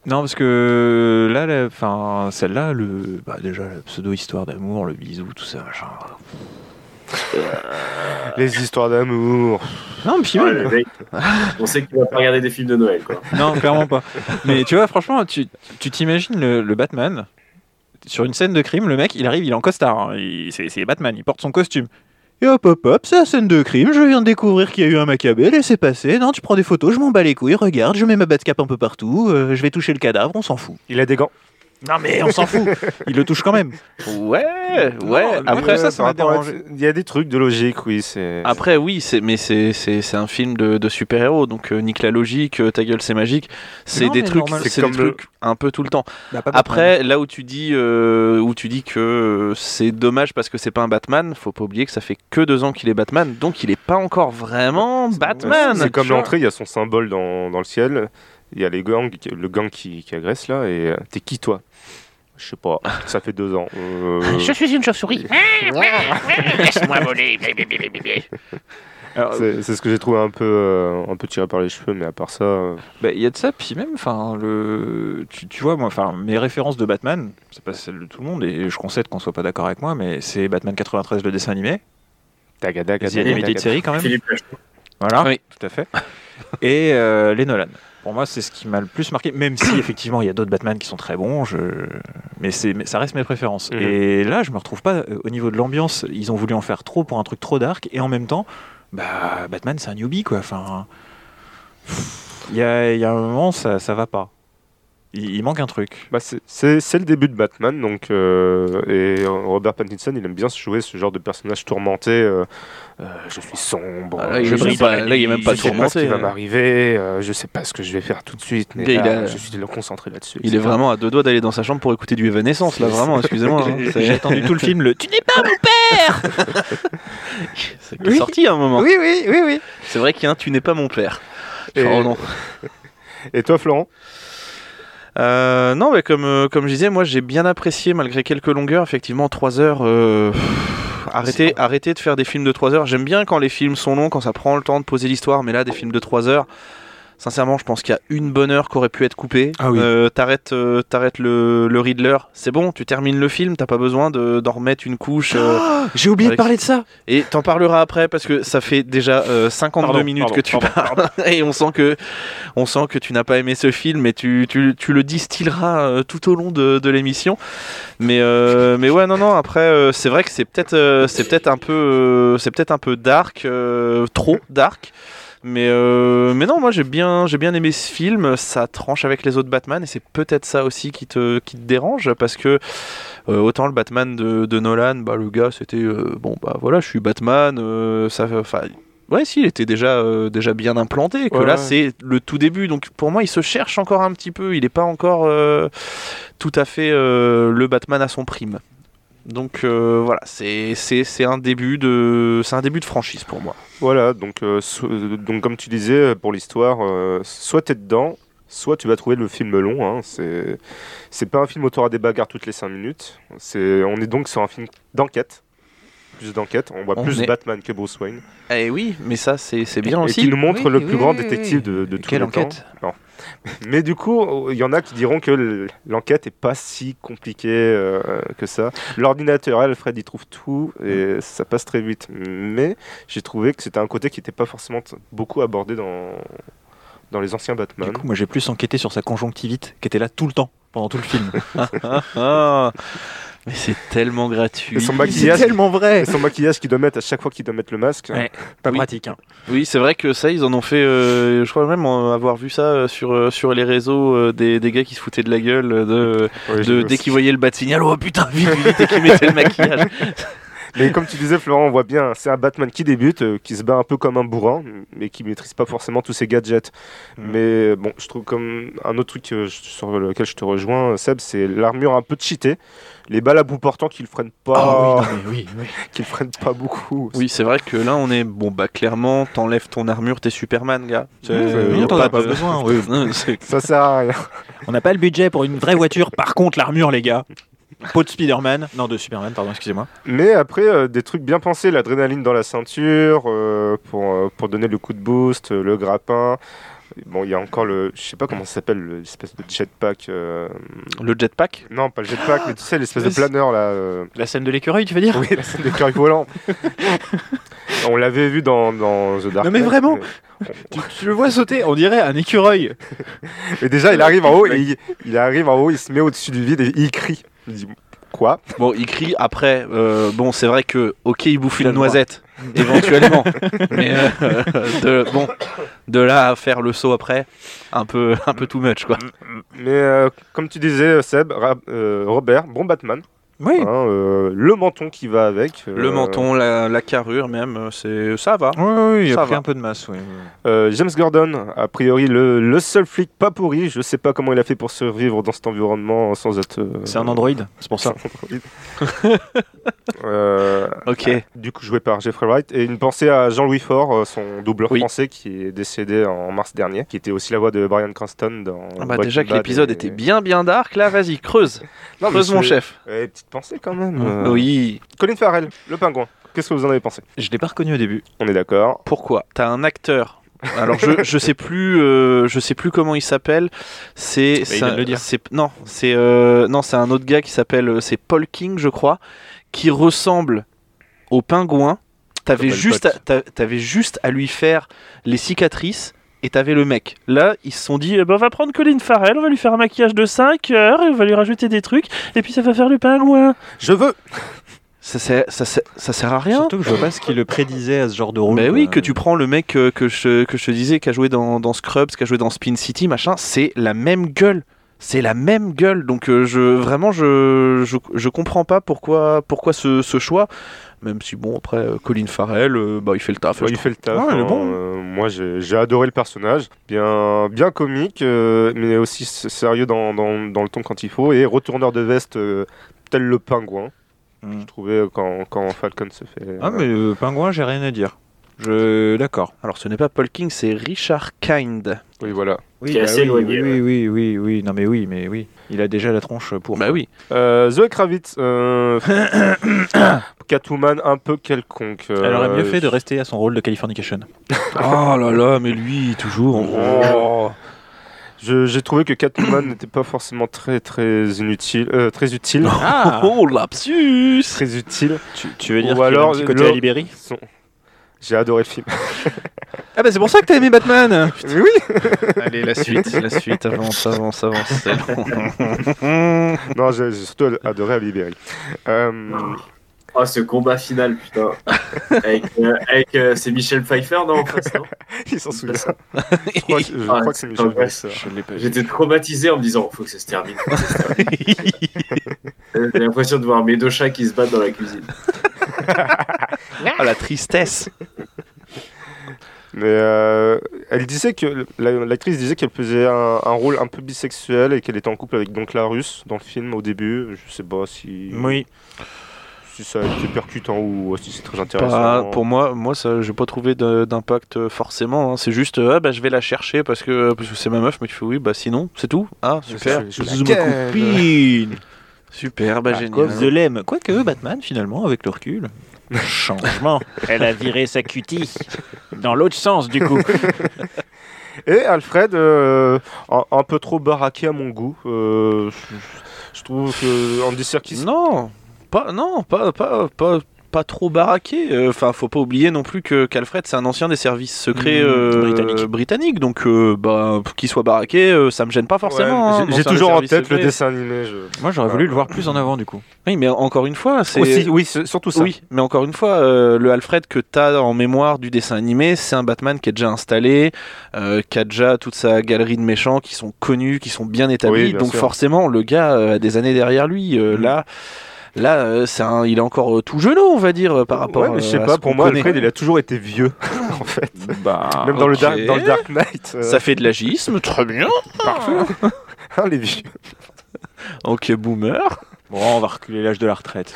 Speaker 3: parce que là, la- enfin, celle-là, le, bah, déjà, la pseudo-histoire d'amour, le bisou, tout ça, machin.
Speaker 2: Les histoires d'amour.
Speaker 3: Non, mais puis
Speaker 1: Ouais,
Speaker 3: même,
Speaker 1: le mec, on sait qu'il va pas regarder des films de Noël, quoi.
Speaker 3: non, clairement pas. Mais tu vois, franchement, tu tu t'imagines le, le Batman sur une scène de crime, le mec, il arrive, il est en costard, hein, il- c'est c'est Batman, il porte son costume. Et hop, hop, hop, c'est la scène de crime, je viens de découvrir qu'il y a eu un macabre, laissez passer, non, tu prends des photos, je m'en bats les couilles, regarde, je mets ma cape un peu partout, euh, je vais toucher le cadavre, on s'en fout.
Speaker 2: Il a des gants.
Speaker 3: Non mais on s'en fout, il le touche quand même.
Speaker 4: Ouais, ouais.
Speaker 3: Non, mais-
Speaker 4: après,
Speaker 3: Ouais, ça, ça
Speaker 2: par
Speaker 3: m'a
Speaker 2: rapport à-
Speaker 3: dérangé. Ah,
Speaker 2: Il y a des trucs de logique, oui. C'est.
Speaker 4: après, oui, c'est, mais c'est, c'est, c'est un film de, de super-héros, donc euh, nique la logique, euh, ta gueule c'est magique. C'est
Speaker 3: Non,
Speaker 4: des
Speaker 3: mais
Speaker 4: trucs,
Speaker 3: normal.
Speaker 4: c'est,
Speaker 2: C'est
Speaker 4: des
Speaker 2: comme le-
Speaker 4: trucs un peu tout le temps. Après, là où tu dis, euh, où tu dis que euh, c'est dommage parce que c'est pas un Batman, faut pas oublier que ça fait que deux ans qu'il est Batman, donc il est pas encore vraiment Batman.
Speaker 2: C'est
Speaker 4: tu
Speaker 2: comme
Speaker 4: vois.
Speaker 2: l'entrée, il y a son symbole dans, dans le ciel. Il y a les gangs, le gang qui, qui agresse là. Et euh, t'es qui toi Je sais pas, ça fait deux ans. Euh,
Speaker 10: suis une chauve-souris. Laisse-moi voler.
Speaker 6: Alors,
Speaker 2: c'est c'est ce que j'ai trouvé un peu, euh, un peu tiré par les cheveux, mais à part ça. euh,
Speaker 6: Bah, il y a de ça, puis même, enfin, le, tu, tu vois, moi, enfin, mes références de Batman, c'est pas celle de tout le monde, et je concède qu'on soit pas d'accord avec moi, mais c'est Batman 93, le dessin animé,
Speaker 2: taga, taga,
Speaker 6: les
Speaker 2: taga,
Speaker 6: animés de
Speaker 2: taga.
Speaker 6: série quand même,
Speaker 1: Philippe Lachaud.
Speaker 6: voilà,
Speaker 3: Oui.
Speaker 6: tout à fait, et euh, les Nolan. Pour moi, c'est ce qui m'a le plus marqué, même si effectivement il y a d'autres Batman qui sont très bons, je... mais, c'est- mais ça reste mes préférences.
Speaker 2: Mhm.
Speaker 6: Et là, je me retrouve pas euh, au niveau de l'ambiance, ils ont voulu en faire trop pour un truc trop dark, et en même temps, bah, Batman c'est un newbie quoi, enfin. pff, Il y a, il y a un moment, ça, ça va pas. Il, il manque un truc.
Speaker 2: Bah, c'est- c'est c'est le début de Batman, donc euh, et euh, Robert Pattinson, il aime bien se jouer ce genre de personnage tourmenté. euh, euh, je suis sombre.
Speaker 3: Ah, là, il
Speaker 2: je
Speaker 3: est même
Speaker 2: sais
Speaker 3: pas- là, il est même pas
Speaker 2: je sais pas ce qui
Speaker 3: tourmenté,
Speaker 2: va
Speaker 3: hein.
Speaker 2: m'arriver. euh, je sais pas ce que je vais faire tout de suite, mais
Speaker 3: Le gars, il
Speaker 2: là,
Speaker 3: a-
Speaker 2: je suis concentré là-dessus.
Speaker 3: Il est
Speaker 2: etc.
Speaker 3: vraiment à deux doigts d'aller dans sa chambre pour écouter du Evanescence, là, vraiment, excusez-moi. hein.
Speaker 6: J'ai
Speaker 3: C'est-
Speaker 6: attendu tout le film, le tu n'es
Speaker 3: C'est qui est sorti à un moment.
Speaker 2: Oui, oui, oui, oui.
Speaker 3: C'est vrai qu'il y a un Tu n'es pas mon père.
Speaker 2: Et,
Speaker 3: Oh non.
Speaker 2: et toi, Florent
Speaker 3: Euh, non, mais comme, euh, comme je disais, moi j'ai bien apprécié, malgré quelques longueurs, effectivement, 3 heures. euh, pff, Arrêtez, arrêtez de faire des films de 3 heures. J'aime bien quand les films sont longs, quand ça prend le temps de poser l'histoire, mais là, des films de 3 heures, sincèrement, je pense qu'il y a une bonne heure qui aurait pu être coupée.
Speaker 6: Ah oui.
Speaker 3: Euh, t'arrêtes, euh, t'arrêtes le, le Riddler, c'est bon, tu termines le film, t'as pas besoin de- d'en remettre une couche. euh,
Speaker 6: J'ai oublié
Speaker 3: Avec-
Speaker 6: de parler de ça.
Speaker 3: et t'en parleras après parce que ça fait déjà euh, 52
Speaker 6: Pardon,
Speaker 3: minutes
Speaker 6: pardon,
Speaker 3: que tu
Speaker 6: pardon,
Speaker 3: parles et on sent que on sent que tu n'as pas aimé ce film et tu, tu, tu le distilleras euh, tout au long de, de l'émission. Mais euh, mais ouais non non après euh, c'est vrai que c'est peut-être euh, c'est peut-être un peu euh, c'est peut-être un peu dark euh, trop dark. Mais, euh, mais non, moi j'ai bien, j'ai bien aimé ce film, ça tranche avec les autres Batman et c'est peut-être ça aussi qui te, qui te dérange parce que euh, autant le Batman de, de Nolan, bah, le gars c'était euh, bon bah voilà, je suis Batman, euh, ça enfin ouais si il était déjà euh, déjà bien implanté que
Speaker 2: Ouais,
Speaker 3: là
Speaker 2: ouais.
Speaker 3: c'est le tout début donc pour moi il se cherche encore un petit peu, il n'est pas encore euh, tout à fait euh, le Batman à son prime. Donc euh, voilà, c'est c'est- c'est un début de c'est un début de franchise pour moi.
Speaker 2: Voilà, donc, euh, so- euh, donc comme tu disais euh, pour l'histoire, euh, soit t'es dedans, soit tu vas trouver le film long. hein. C'est c'est pas un film autour à des bagarres toutes les 5 minutes. C'est on est donc sur un film d'enquête, plus d'enquête. On voit
Speaker 3: On
Speaker 2: plus
Speaker 3: est-
Speaker 2: Batman que Bruce Wayne,
Speaker 3: Eh oui, mais ça c'est c'est bien
Speaker 2: et
Speaker 3: aussi.
Speaker 2: qui nous montre
Speaker 6: Oui,
Speaker 2: le
Speaker 6: oui,
Speaker 2: plus grand
Speaker 6: oui,
Speaker 2: détective
Speaker 6: oui.
Speaker 2: de, de tous
Speaker 3: Quelle
Speaker 2: les
Speaker 3: enquête
Speaker 2: temps. Non. Mais du coup, il y en a qui diront que l- l'enquête est pas si compliquée euh, que ça. L'ordinateur, Alfred, il trouve tout et ça passe très vite. Mais j'ai trouvé que c'était un côté qui n'était pas forcément t- beaucoup abordé dans, dans les anciens Batman.
Speaker 6: Du coup, moi j'ai plus enquêté sur sa conjonctivite qui était là tout le temps, pendant tout le film.
Speaker 3: Ah, ah. Mais c'est tellement gratuit.
Speaker 2: Et son maquillage.
Speaker 6: tellement vrai.
Speaker 2: Et son maquillage qu'il doit mettre à chaque fois qu'il doit mettre le masque.
Speaker 6: Ouais. Pas
Speaker 3: Oui.
Speaker 6: pratique. hein.
Speaker 3: Oui, c'est vrai que ça, ils en ont fait. euh, je crois même euh, avoir vu ça euh, sur, euh, sur les réseaux euh, des, des gars qui se foutaient de la gueule euh, de,
Speaker 2: Ouais,
Speaker 3: de-
Speaker 2: j'ai-
Speaker 3: dès qu'ils voyaient le bas de signal. Oh putain, vite, vite, et qu'ils mettaient le maquillage.
Speaker 2: Mais comme tu disais, Florent, on voit bien, c'est un Batman qui débute, euh, qui se bat un peu comme un bourrin, mais qui maîtrise pas forcément tous ses gadgets.
Speaker 6: Mhm.
Speaker 2: Mais euh, bon, je trouve comme un autre truc euh, je- sur lequel je te rejoins, euh, Seb, c'est l'armure un peu cheatée, les balles à bout portant qui le freinent pas,
Speaker 6: Ah oui, non, mais oui, oui.
Speaker 2: qui le freinent pas beaucoup.
Speaker 3: Oui, c'est vrai que là, on est. Bon, bah clairement, t'enlèves ton armure, t'es Superman, gars. C'est- euh,
Speaker 2: Oui,
Speaker 3: y a
Speaker 6: on en a
Speaker 3: pas
Speaker 6: pas
Speaker 3: de-
Speaker 6: besoin. oui.
Speaker 3: Non, c'est-
Speaker 2: Ça sert à rien.
Speaker 6: On n'a pas le budget pour une vraie voiture. Par contre, l'armure, les gars. Peau de Spider-Man. Non, de Superman, pardon, excusez-moi.
Speaker 2: Mais après, euh, des trucs bien pensés, l'adrénaline dans la ceinture, euh, pour, euh, pour donner le coup de boost, euh, le grappin. Bon, il y a encore le. Je sais pas comment ça s'appelle, le- l'espèce de jetpack. euh,
Speaker 3: Le jetpack
Speaker 2: Non, pas le jetpack, mais tu sais, l'espèce de
Speaker 6: Mais c'est-
Speaker 2: planeur là. euh,
Speaker 6: La scène de l'écureuil, tu veux dire
Speaker 2: Oui, la scène des curry volants. On l'avait vu dans, dans The Dark
Speaker 6: Non, mais
Speaker 2: Knight,
Speaker 6: vraiment
Speaker 2: mais-
Speaker 6: tu, tu le vois sauter, on dirait un écureuil.
Speaker 2: Et déjà, il arrive en haut, et il, il arrive en haut, il se met au-dessus du vide et il crie. Il dit quoi
Speaker 3: Bon, il crie après. euh, bon, c'est vrai que, ok, il bouffe la
Speaker 2: le droit.
Speaker 3: noisette, éventuellement. mais euh, de, bon, de là à faire le saut après, un peu, un peu too much, quoi.
Speaker 2: Mais euh, comme tu disais, Seb, Ra- euh, Robert, bon Batman.
Speaker 6: Oui.
Speaker 2: Hein, euh, le menton qui va avec. euh,
Speaker 3: Le menton, la, la carrure même, euh, c'est ça va.
Speaker 6: Oui, oui, il
Speaker 3: Ça
Speaker 6: a pris
Speaker 3: va.
Speaker 6: un peu de masse, oui.
Speaker 2: euh, James Gordon, a priori le, le seul flic pas pourri. Je sais pas comment il a fait pour survivre dans cet environnement sans être. euh,
Speaker 6: C'est un androïde, c'est pour ça.
Speaker 2: euh,
Speaker 3: Ok.
Speaker 2: du coup joué par Jeffrey Wright. Et une pensée à Jean-Louis Faure, euh, son doubleur
Speaker 3: Oui.
Speaker 2: français qui est décédé en mars dernier, qui était aussi la voix de Brian Cranston dans.
Speaker 3: Ah bah
Speaker 2: Breaking
Speaker 3: déjà que
Speaker 2: Bad
Speaker 3: l'épisode
Speaker 2: et-
Speaker 3: était bien bien dark, là vas-y, creuse.
Speaker 2: Non, mais
Speaker 3: creuse mon
Speaker 2: c'est-
Speaker 3: chef.
Speaker 2: Eh, petite pensée quand même. euh.
Speaker 3: Oui.
Speaker 2: Colin Farrell, le pingouin. Qu'est-ce que vous en avez pensé
Speaker 6: Je l'ai pas reconnu au début.
Speaker 2: On est d'accord.
Speaker 3: Pourquoi T'as un acteur. Alors je, je sais plus euh, je sais plus comment il s'appelle. C'est
Speaker 6: il
Speaker 3: c'est
Speaker 6: vient de
Speaker 3: un-
Speaker 6: le dire.
Speaker 3: c'est- non c'est euh, non c'est un autre gars qui s'appelle euh, c'est Paul King je crois qui ressemble au pingouin. T'avais
Speaker 2: Comme Al
Speaker 3: juste à,
Speaker 2: Pacino.
Speaker 3: t'a- t'avais juste à lui faire les cicatrices. Et t'avais le mec. Là, ils se sont dit, eh ben, on va prendre Colin Farrell, on va lui faire un maquillage de 5 heures, et on va lui rajouter des trucs, et puis ça va faire le pingouin.
Speaker 2: Je veux
Speaker 3: Ça, sert- ça, sert- ça sert à rien.
Speaker 6: Surtout que je vois pas ce qui le prédisait à ce genre de rôle.
Speaker 3: Mais Ben oui,
Speaker 6: quoi.
Speaker 3: que tu prends le mec euh, que je, que je te disais, qui a joué dans, dans Scrubs, qui a joué dans Spin City, machin, c'est la même gueule. C'est la même gueule. Donc euh, je, vraiment, je, je, je comprends pas pourquoi, pourquoi ce, ce choix. Même si, bon, après, euh, Colin Farrell, euh, bah, il fait le taf.
Speaker 2: Ouais,
Speaker 3: je
Speaker 2: il fait le taf.
Speaker 6: Ouais, il est bon.
Speaker 2: Euh, moi, j'ai j'ai adoré le personnage. Bien, bien comique, euh, mais aussi s- sérieux dans, dans- dans le ton quand il faut. Et retourneur de veste, euh, tel le pingouin.
Speaker 6: Mm.
Speaker 2: Je trouvais euh, quand, quand Falcon se fait.
Speaker 6: Ah, mais euh, pingouin, j'ai rien à dire. Je. D'accord.
Speaker 3: trouve. Alors ce n'est pas Paul King, c'est Richard Kind.
Speaker 2: Oui, voilà.
Speaker 6: Oui, bah
Speaker 1: Qui est assez
Speaker 6: oui,
Speaker 1: éloigné,
Speaker 6: Oui, oui, oui, oui, oui. Non, mais oui, mais oui. Il a déjà la tronche pour.
Speaker 3: Bah oui.
Speaker 2: Euh, Zoé Kravitz, euh, Catwoman un peu quelconque. euh,
Speaker 6: Elle aurait mieux fait de rester à son rôle de Californication.
Speaker 3: Oh là là, mais lui, toujours.
Speaker 2: Oh. Je- J'ai trouvé que Catwoman n'était pas forcément très très inutile, euh, très utile,
Speaker 6: Ah
Speaker 3: Oh, lapsus
Speaker 2: très utile.
Speaker 6: tu, tu veux dire
Speaker 2: Ou
Speaker 6: qu'il a
Speaker 2: alors,
Speaker 6: un petit côté
Speaker 2: le-
Speaker 6: à Libéry
Speaker 2: Son- J'ai adoré le film.
Speaker 6: Ah, bah c'est pour ça que t'as aimé Batman
Speaker 2: Mais oui.
Speaker 3: Allez, la suite, la suite, avance, avance, avance. c'est bon.
Speaker 2: Non, j'ai j'ai surtout ad- adoré à Libéry. Euh,
Speaker 1: Oh, ce combat final, putain. avec, euh, avec, euh, c'est Michel Pfeiffer, non, en face, non
Speaker 2: il s'en souvient. je crois que, je
Speaker 1: Ah,
Speaker 2: crois que c'est Michel
Speaker 1: ouais.
Speaker 2: Pfeiffer.
Speaker 1: J'étais traumatisé en me disant, faut que ça se termine. faut que ça se termine. J'ai l'impression de voir mes deux chats qui se battent dans la cuisine.
Speaker 3: Ah, la tristesse.
Speaker 2: Mais euh, elle disait que la- l'actrice disait qu'elle faisait un, un rôle un peu bisexuel et qu'elle était en couple avec donc la russe dans le film au début. Je sais pas si,
Speaker 6: Oui.
Speaker 2: si ça a été percutant ou si c'est très intéressant.
Speaker 3: Pas- pour moi, moi ça, j'ai pas trouvé de- d'impact euh, forcément. hein. C'est juste, euh, ah, bah, je vais la chercher parce que euh, parce que c'est ma meuf, mais tu fais oui, bah sinon, c'est tout. Ah, super.
Speaker 2: Je- je la
Speaker 3: C'est ma
Speaker 2: ken.
Speaker 3: copine. Super, bah
Speaker 6: Quoi
Speaker 3: génial.
Speaker 6: je l'aime. Quoique Batman, finalement, avec le recul. Changement. Elle a viré sa cutie. Dans l'autre sens, du coup.
Speaker 2: Et Alfred, euh, un, un peu trop baraqué à mon goût. Euh, je, je trouve que Andy Serkis
Speaker 3: Non, pas, non, pas, pas, pas, pas trop baraqué. Euh, Enfin, faut pas oublier non plus que qu'Alfred, c'est un ancien des services secrets
Speaker 6: Mmh,
Speaker 3: euh,
Speaker 6: britanniques.
Speaker 3: britanniques. Donc, euh, bah, qu'il soit baraqué, euh, ça me gêne pas forcément.
Speaker 2: Ouais,
Speaker 3: hein,
Speaker 2: j'ai- J'ai
Speaker 3: dans un des
Speaker 2: toujours en
Speaker 3: services
Speaker 2: tête le
Speaker 3: secrets.
Speaker 2: dessin animé. je-
Speaker 6: Moi, j'aurais voulu le voir plus en avant, du coup.
Speaker 3: Oui, mais encore une fois, c'est
Speaker 2: Aussi, oui, c'est- surtout ça.
Speaker 3: Oui, mais encore une fois, euh, le Alfred que t'as en mémoire du dessin animé, c'est un Batman qui est déjà installé, euh, qui a déjà toute sa galerie de méchants qui sont connus, qui sont bien établis.
Speaker 2: Oui, bien
Speaker 3: donc
Speaker 2: sûr.
Speaker 3: forcément, le gars euh, a des années derrière lui. euh,
Speaker 2: Mhm.
Speaker 3: Là, là, euh, c'est un- il est encore euh, tout jeune, on va dire, euh, par rapport.
Speaker 2: Ouais, mais je sais
Speaker 3: euh, à
Speaker 2: pas,
Speaker 3: ce
Speaker 2: pour
Speaker 3: qu'on
Speaker 2: moi,
Speaker 3: connaît.
Speaker 2: Alfred, il a toujours été vieux, en fait.
Speaker 6: Bah.
Speaker 2: Même dans, le
Speaker 3: ok.
Speaker 2: dark, dans le Dark Knight. euh,
Speaker 3: Ça fait de l'agisme, très bien.
Speaker 2: hein, les vieux.
Speaker 3: Ok, boomer.
Speaker 6: Bon, on va reculer l'âge de la retraite.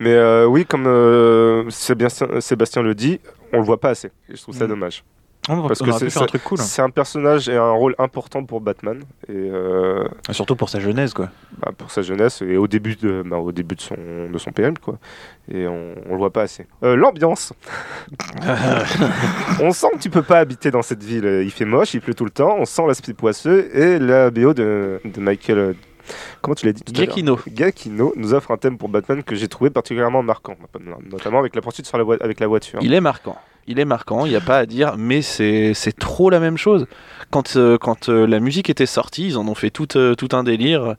Speaker 2: Mais euh, oui, comme euh, Sébastien, Sébastien le dit, on le voit pas assez. Et je trouve ça
Speaker 6: Mm.
Speaker 2: dommage.
Speaker 6: On
Speaker 2: Parce
Speaker 6: Parce
Speaker 2: que
Speaker 6: que
Speaker 2: c'est- hein.
Speaker 6: pu faire un truc cool.
Speaker 2: C'est un personnage et un rôle important pour Batman. Et euh,
Speaker 6: Ah, Surtout pour sa jeunesse, quoi.
Speaker 2: bah, pour sa jeunesse et au début de, bah, au début de son, de son périple, quoi. Et on, on le voit pas assez. Euh, L'ambiance. on sent que tu peux pas habiter dans cette ville. euh, Il fait moche, il pleut tout le temps. On sent l'aspect poisseux et la BO de, de Michael. euh, Comment tu l'as dit tout à l'heure
Speaker 3: Giacchino.
Speaker 2: Gakino nous offre un thème pour Batman que j'ai trouvé particulièrement marquant, notamment avec la poursuite sur la voi- avec la voiture.
Speaker 3: Il est marquant. Il est marquant, il n'y a pas à dire, mais c'est c'est trop la même chose. Quand, euh, quand euh, la musique était sortie, ils en ont fait tout, euh, tout un délire.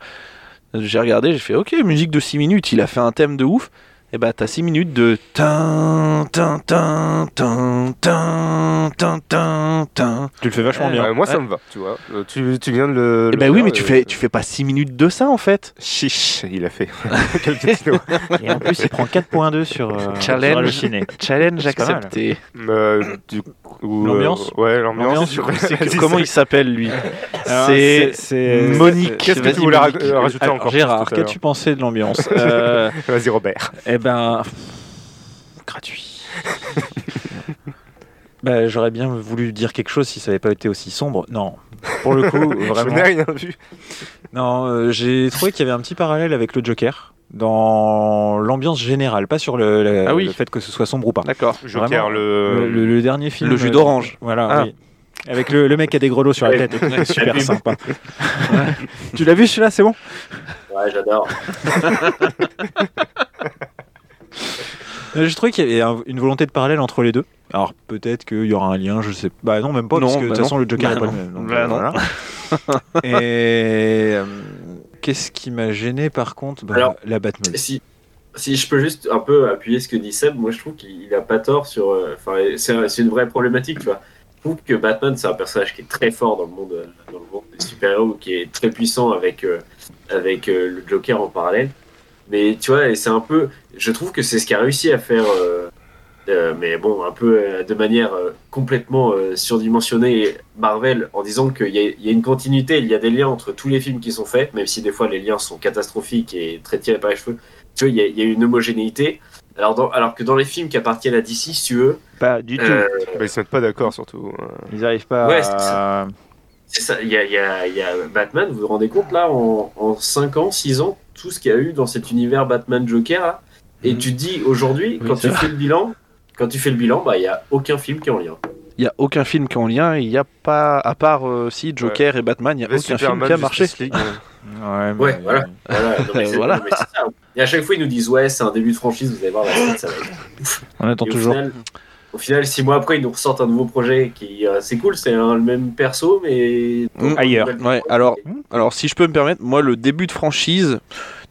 Speaker 3: J'ai regardé, j'ai fait OK, musique de 6 minutes, il a fait un thème de ouf. et bah t'as 6 minutes de tin tin tin tin tin tin tin tin.
Speaker 6: Tu le fais vachement
Speaker 3: Euh,
Speaker 6: bien.
Speaker 2: Euh, moi, ça
Speaker 3: ouais.
Speaker 2: me va, tu vois. Euh, tu, tu viens de le.
Speaker 3: Eh
Speaker 2: le
Speaker 3: bah oui,
Speaker 2: faire,
Speaker 3: mais tu
Speaker 2: euh,
Speaker 3: fais tu fais pas 6 minutes de ça en fait.
Speaker 2: Chiche, il a fait. Quel petit snow.
Speaker 6: Et en plus, il prend 4.2 sur, euh, sur
Speaker 3: Challenge,
Speaker 6: Allociné.
Speaker 3: challenge
Speaker 6: C'est pas mal.
Speaker 3: accepté.
Speaker 2: Euh, du coup,
Speaker 6: L'ambiance
Speaker 2: euh, Ouais, l'ambiance.
Speaker 6: L'ambiance,
Speaker 2: Vas-y,
Speaker 3: C'est-
Speaker 2: c'est-
Speaker 3: Comment il s'appelle lui
Speaker 6: Alors,
Speaker 3: C'est
Speaker 6: c'est- c'est-
Speaker 3: Monique.
Speaker 2: Qu'est-ce que
Speaker 3: Vas-y,
Speaker 2: tu voulais
Speaker 3: Monique.
Speaker 2: ra- euh, rajouter
Speaker 6: Alors,
Speaker 2: encore
Speaker 6: Gérard,
Speaker 2: tout à l'heure
Speaker 6: qu'as-tu pensé de l'ambiance Euh,
Speaker 2: Vas-y, Robert.
Speaker 6: Eh ben. Gratuit. Bah, J'aurais bien voulu dire quelque chose si ça n'avait pas été aussi sombre. Non, pour le coup,
Speaker 2: Je
Speaker 6: vraiment.
Speaker 2: n'ai rien vu.
Speaker 6: Non, euh, j'ai trouvé qu'il y avait un petit parallèle avec le Joker dans l'ambiance générale, pas sur le, le-
Speaker 3: Ah oui.
Speaker 6: le fait que ce soit sombre ou pas.
Speaker 3: D'accord.
Speaker 2: Joker,
Speaker 6: Vraiment, le,
Speaker 2: Euh, le.
Speaker 6: le- le dernier film. euh,
Speaker 3: Le jus d'orange.
Speaker 6: Voilà,
Speaker 3: Ah.
Speaker 6: oui. Avec le, le mec qui a des grelots sur la
Speaker 1: Ouais.
Speaker 6: tête. et tout, Super
Speaker 1: Ouais.
Speaker 6: sympa. tu l'as vu celui-là, c'est bon
Speaker 1: Ouais, j'adore.
Speaker 6: Euh, J'ai trouvé qu'il y avait un- une volonté de parallèle entre les deux. Alors peut-être qu'il y aura un lien, je sais pas. Bah non, même pas,
Speaker 3: Non,
Speaker 6: parce que de
Speaker 3: bah
Speaker 6: toute
Speaker 3: non.
Speaker 6: façon, le Joker
Speaker 3: Bah
Speaker 6: est pas
Speaker 3: non.
Speaker 6: le même, donc,
Speaker 3: Bah
Speaker 6: euh,
Speaker 3: non.
Speaker 6: voilà. Et. euh, Qu'est-ce qui m'a gêné par contre Bah,
Speaker 1: Alors-
Speaker 6: La Batmobile.
Speaker 1: Si, si je peux juste un peu appuyer ce que dit Seb, moi je trouve qu'il il a pas tort sur. euh, Enfin, c'est c'est une vraie problématique, tu vois. Je trouve que Batman, c'est un personnage qui est très fort dans le monde, euh, dans le monde des super-héros, qui est très puissant avec, euh, avec euh, le Joker en parallèle. Mais tu vois, et c'est un peu. Je trouve que c'est ce qu'a réussi à faire. euh, euh, mais bon, un peu euh, de manière euh, complètement euh, surdimensionnée, Marvel, en disant qu'il y, a- il y a une continuité, il y a des liens entre tous les films qui sont faits, même si des fois les liens sont catastrophiques et très tirés par les cheveux. Tu vois, il y a- il y, a une homogénéité. Alors, dans- alors que dans les films qui appartiennent à DC, si tu veux,
Speaker 6: Pas du tout.
Speaker 1: euh,
Speaker 2: Bah, ils se mettent pas d'accord, surtout. Euh,
Speaker 6: Ils arrivent pas
Speaker 1: ouais, c'est
Speaker 6: à.
Speaker 1: c'est ça, il y a, il y a- il y a Batman, vous vous rendez compte là, en, en 5 ans, 6 ans, tout ce qu'il y a eu dans cet univers Batman-Joker, là. et tu te dis aujourd'hui,
Speaker 3: Mhm. Oui,
Speaker 1: quand
Speaker 3: c'est
Speaker 1: tu fais le bilan, quand tu fais le bilan, bah il y a aucun film qui est en lien.
Speaker 3: Il y a aucun film qui est en lien. Il y a pas, à part euh, si Joker et Batman, il y a
Speaker 2: les Euh,
Speaker 3: aucun film
Speaker 2: Superman,
Speaker 3: qui a marché.
Speaker 2: Justice League, euh,
Speaker 6: Ouais, mais-
Speaker 1: Ouais, voilà. Voilà. non, mais c'est-
Speaker 3: Voilà.
Speaker 1: non, mais c'est ça. Et à chaque fois, ils nous disent ouais, c'est un début de franchise, vous allez voir la suite, ça va être.
Speaker 6: On attend
Speaker 1: Et au
Speaker 6: toujours.
Speaker 1: Final, au final, six mois après, ils nous ressortent un nouveau projet qui euh, c'est cool, c'est un- le même perso, mais
Speaker 3: Mm.
Speaker 6: Ailleurs.
Speaker 3: Ouais, alors- Alors, si je peux me permettre, moi, le début de franchise,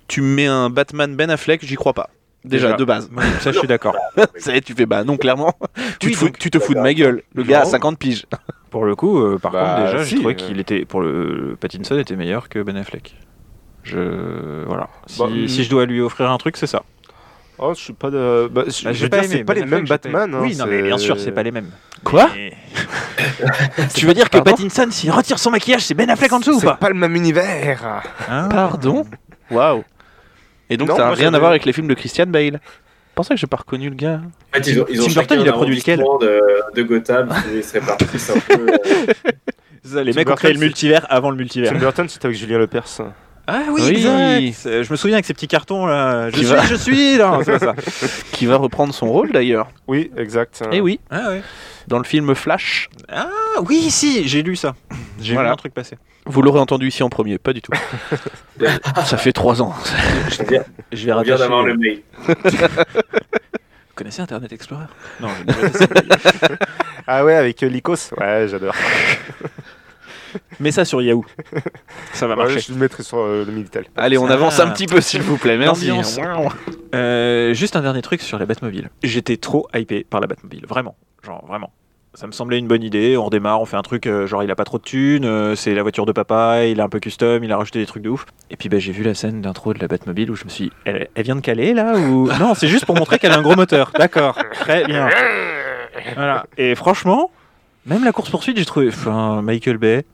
Speaker 3: tu me mets un Batman Ben Affleck, j'y crois pas. Déjà,
Speaker 6: Déjà.
Speaker 3: de base.
Speaker 6: Ouais, Ça, je suis d'accord.
Speaker 3: Ça, tu fais bah non, clairement. tu,
Speaker 1: Oui,
Speaker 3: te fous,
Speaker 1: donc,
Speaker 3: tu te fous de ma gueule. Le
Speaker 6: Non.
Speaker 3: gars a 50 piges.
Speaker 6: Pour le coup, euh, par
Speaker 2: Bah,
Speaker 6: contre, déjà,
Speaker 2: si,
Speaker 6: j'ai trouvé
Speaker 2: euh.
Speaker 6: qu'il était. Pour le. Pattinson était meilleur que Ben Affleck. Je. Voilà. Si,
Speaker 2: Bah,
Speaker 6: si je dois lui offrir un truc, c'est ça.
Speaker 2: Oh, je suis pas de. Bah, je, je
Speaker 6: Bah, j'ai
Speaker 2: veux dire,
Speaker 6: aimé
Speaker 2: c'est pas les
Speaker 6: Ben
Speaker 2: mêmes
Speaker 6: Affleck, j'ai pas-
Speaker 2: Batman. hein,
Speaker 6: Oui, non, mais
Speaker 2: c'est-
Speaker 6: bien sûr, c'est Ah pas les mêmes.
Speaker 3: Quoi
Speaker 6: Mais-
Speaker 3: Tu veux dire que
Speaker 6: Pardon
Speaker 3: Pattinson, s'il retire son maquillage, c'est Ben Affleck en dessous ou
Speaker 2: C'est
Speaker 3: pas
Speaker 2: pas le même univers.
Speaker 6: Hein
Speaker 3: Pardon Waouh. Et donc,
Speaker 2: Non,
Speaker 3: ça n'a
Speaker 2: moi,
Speaker 3: rien à
Speaker 2: j'avais-
Speaker 3: voir avec les films de Christian Bale. C'est pour ça que j'ai pas reconnu le gars.
Speaker 1: En fait, ils ont, ils ont
Speaker 6: Tim
Speaker 1: chacun
Speaker 6: Burton, il a
Speaker 1: un
Speaker 6: produit lequel
Speaker 1: arrondissement de, de Gotham, et c'est réparti, c'est un peu. euh,
Speaker 6: Les
Speaker 2: Tim
Speaker 6: mecs ont
Speaker 2: Burton,
Speaker 6: créé le
Speaker 2: c'est-
Speaker 6: multivers avant le
Speaker 2: Tim
Speaker 6: multivers.
Speaker 2: Burton, c'était avec Julien Lepers.
Speaker 6: Ah oui,
Speaker 3: Oui.
Speaker 6: exact. Euh, Je me souviens avec ces petits cartons là. Je
Speaker 3: Qui
Speaker 6: suis,
Speaker 3: va-
Speaker 6: je suis là. C'est pas ça.
Speaker 3: Qui va reprendre son rôle d'ailleurs.
Speaker 2: Oui, exact.
Speaker 3: Eh oui,
Speaker 6: Ah ouais.
Speaker 3: dans le film Flash.
Speaker 6: Ah oui, si, j'ai lu ça. J'ai
Speaker 3: Voilà.
Speaker 6: vu un truc passer.
Speaker 3: Vous l'aurez entendu ici en premier, pas du tout. ça fait trois ans.
Speaker 1: je veux dire,
Speaker 6: Je vais
Speaker 1: on vient d'avoir le mail.
Speaker 6: Vous connaissez Internet Explorer Non,
Speaker 2: Ah ouais, avec euh, Lycos. Ouais, j'adore.
Speaker 6: mets ça sur Yahoo. Ça va
Speaker 2: Ouais,
Speaker 6: marcher.
Speaker 2: je le mettrai sur euh, le Minitel.
Speaker 3: Allez, on
Speaker 6: Ah.
Speaker 3: avance un petit peu s'il vous plaît. Merci.
Speaker 6: L'ambiance. Euh, juste un dernier truc sur la Batmobile. J'étais trop hypé par la Batmobile, vraiment. Genre, vraiment. Ça me semblait une bonne idée. On redémarre, on fait un truc, euh, genre il a pas trop de thunes, euh, c'est la voiture de papa, il est un peu custom, il a rajouté des trucs de ouf. Et puis bah, j'ai vu la scène d'intro de la Batmobile où je me suis dit, elle, elle vient de caler là ou Non, c'est juste pour montrer qu'elle a un gros moteur. D'accord, très bien. Voilà. Et franchement, même la course-poursuite, j'ai trouvé. Enfin, Michael Bay,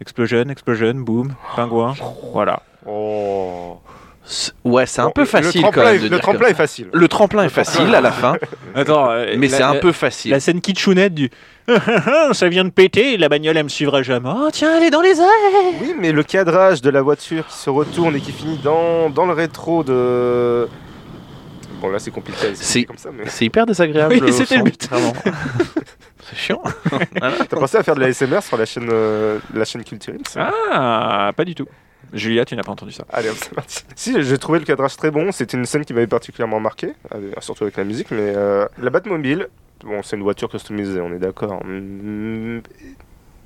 Speaker 6: Explosion, Explosion, Boom, Pingouin. Voilà.
Speaker 2: Oh.
Speaker 3: C'est- Ouais, c'est un
Speaker 2: Bon,
Speaker 3: peu
Speaker 2: le-
Speaker 3: facile
Speaker 2: le tremplin
Speaker 3: quand même.
Speaker 2: est-
Speaker 3: de
Speaker 2: le
Speaker 3: dire comme
Speaker 2: tremplin
Speaker 3: ça.
Speaker 2: est facile.
Speaker 3: Le tremplin est facile à la fin,
Speaker 6: Attends, euh,
Speaker 3: mais c'est un peu facile.
Speaker 6: La scène kitschounette du ça vient de péter, la bagnole elle me suivra jamais. Oh tiens, elle est dans les airs.
Speaker 2: Oui, mais le cadrage de la voiture qui se retourne et qui finit dans, dans le rétro de. Bon, là, c'est compliqué. à expliquer
Speaker 3: C'est-
Speaker 2: comme ça, mais.
Speaker 3: C'est hyper désagréable.
Speaker 6: Oui,
Speaker 3: au
Speaker 6: c'était le
Speaker 3: son,
Speaker 6: but.
Speaker 3: vraiment. c'est chiant.
Speaker 2: T'as pensé à faire de la SMR sur la chaîne, euh, la chaîne Culture Ims
Speaker 6: Ah, pas du tout. Julia, tu n'as pas entendu ça.
Speaker 2: Allez, hop, c'est parti. Si, j'ai trouvé le cadrage très bon. C'était une scène qui m'avait particulièrement marqué, avec- surtout avec la musique. Mais euh, la Batmobile, bon, c'est une voiture customisée, on est d'accord. Mm,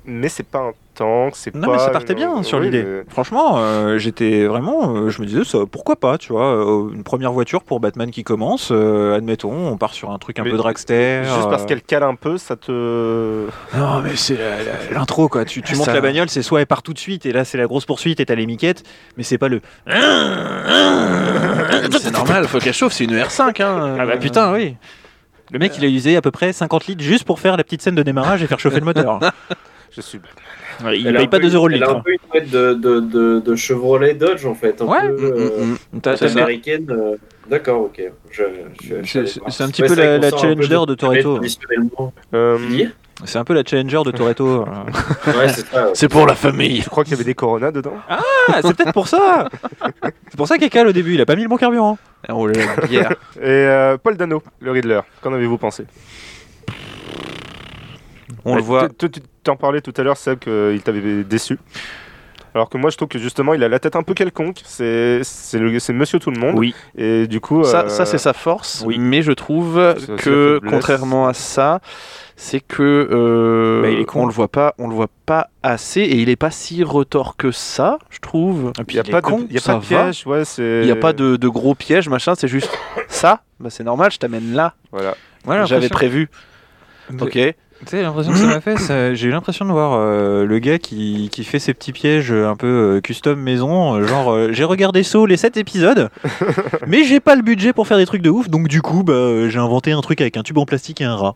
Speaker 2: mais c'est pas un tank, c'est
Speaker 6: Non,
Speaker 2: pas.
Speaker 6: mais ça partait
Speaker 2: une-
Speaker 6: bien sur
Speaker 2: oui,
Speaker 6: l'idée.
Speaker 2: mais-
Speaker 6: Franchement, euh, j'étais vraiment. euh, je me disais, ça, pourquoi pas, tu vois. euh, une première voiture pour Batman qui commence, euh, admettons, on part sur un truc un
Speaker 2: Mais
Speaker 6: peu dragster.
Speaker 2: Juste parce
Speaker 6: euh,
Speaker 2: qu'elle cale un peu, ça te.
Speaker 6: Non, mais c'est la- la- l'intro, quoi. Tu, tu
Speaker 2: Ça-
Speaker 6: montes la bagnole, c'est soit elle part tout de suite, et là, c'est la grosse poursuite, et t'as les miquettes, mais c'est pas le. C'est normal,
Speaker 3: faut qu'elle chauffe, c'est une R5. Hein.
Speaker 6: Ah bah putain, oui. Le mec, il a usé à peu près 50 litres juste pour faire la petite scène de démarrage et faire chauffer le moteur.
Speaker 2: Je suis bête.
Speaker 6: Ouais, il
Speaker 1: Elle a
Speaker 6: paye
Speaker 1: un
Speaker 6: pas
Speaker 1: peu
Speaker 6: 2 euros le
Speaker 1: une- Elle a un
Speaker 6: litre.
Speaker 1: peu une tête de, de, de, de Chevrolet Dodge en fait. Un
Speaker 6: Ouais,
Speaker 3: Mm,
Speaker 6: Mm,
Speaker 1: peu, euh,
Speaker 6: T'as- t'as-
Speaker 1: américaine. euh, D'accord, ok. Je- je- je-
Speaker 6: C'est-
Speaker 1: je-
Speaker 6: c'est-
Speaker 1: je-
Speaker 6: c'est un
Speaker 1: je-
Speaker 6: petit
Speaker 1: ouais,
Speaker 6: peu
Speaker 1: c'est
Speaker 6: la-
Speaker 1: vrai qu'on
Speaker 6: la
Speaker 1: sort un peu
Speaker 6: Challenger de Mm. Toretto.
Speaker 1: traditionnellement.
Speaker 2: Euh,
Speaker 6: C'est un peu la Challenger de Toretto. euh.
Speaker 1: Ouais, c'est ça. ouais.
Speaker 3: C'est pour la famille.
Speaker 2: Je crois qu'il y avait des Corona dedans.
Speaker 6: Ah, c'est peut-être pour ça C'est pour ça qu'il cale au début, il a pas mis le bon carburant.
Speaker 3: Oh là là, bière.
Speaker 2: Et euh, Paul Dano, le Riddler, qu'en avez-vous pensé
Speaker 6: On
Speaker 2: Ouais,
Speaker 6: le voit.
Speaker 2: Tu tu- tu t'en parlais tout à l'heure, Seb, qu'il t'avait déçu. Alors que moi, je trouve que justement, il a la tête un peu quelconque. C'est c'est le- c'est Monsieur Tout le Monde.
Speaker 3: Oui.
Speaker 2: Et du coup,
Speaker 3: Ça,
Speaker 2: euh,
Speaker 3: ça, c'est sa force,
Speaker 2: oui.
Speaker 3: mais je trouve
Speaker 2: C'est aussi la
Speaker 3: que
Speaker 2: faiblesse.
Speaker 3: contrairement à ça, c'est que euh,
Speaker 6: Bah, il est con.
Speaker 3: on le voit pas, on le voit pas assez et il est pas si retors que ça, je trouve.
Speaker 6: Et
Speaker 2: Il
Speaker 6: puis,
Speaker 2: n'y a,
Speaker 6: il est
Speaker 2: pas
Speaker 3: con,
Speaker 2: de, y a
Speaker 3: ça
Speaker 2: pas de
Speaker 3: va.
Speaker 2: piège, euh, ouais, c'est...
Speaker 3: Il n'y a pas de, de gros pièges, machin, c'est juste ça. Bah, c'est normal, je t'amène là.
Speaker 2: Voilà.
Speaker 6: Voilà,
Speaker 3: J'avais
Speaker 6: l'impression-
Speaker 3: prévu.
Speaker 6: De-
Speaker 3: Ok.
Speaker 6: Tu sais, l'impression que ça m'a fait, ça- j'ai eu l'impression de voir euh, le gars qui, qui fait ses petits pièges euh, un peu euh, custom maison, euh, genre euh, j'ai regardé Saw les 7 épisodes, mais j'ai pas le budget pour faire des trucs de ouf, donc du coup bah, euh, j'ai inventé un truc avec un tube en plastique et un rat.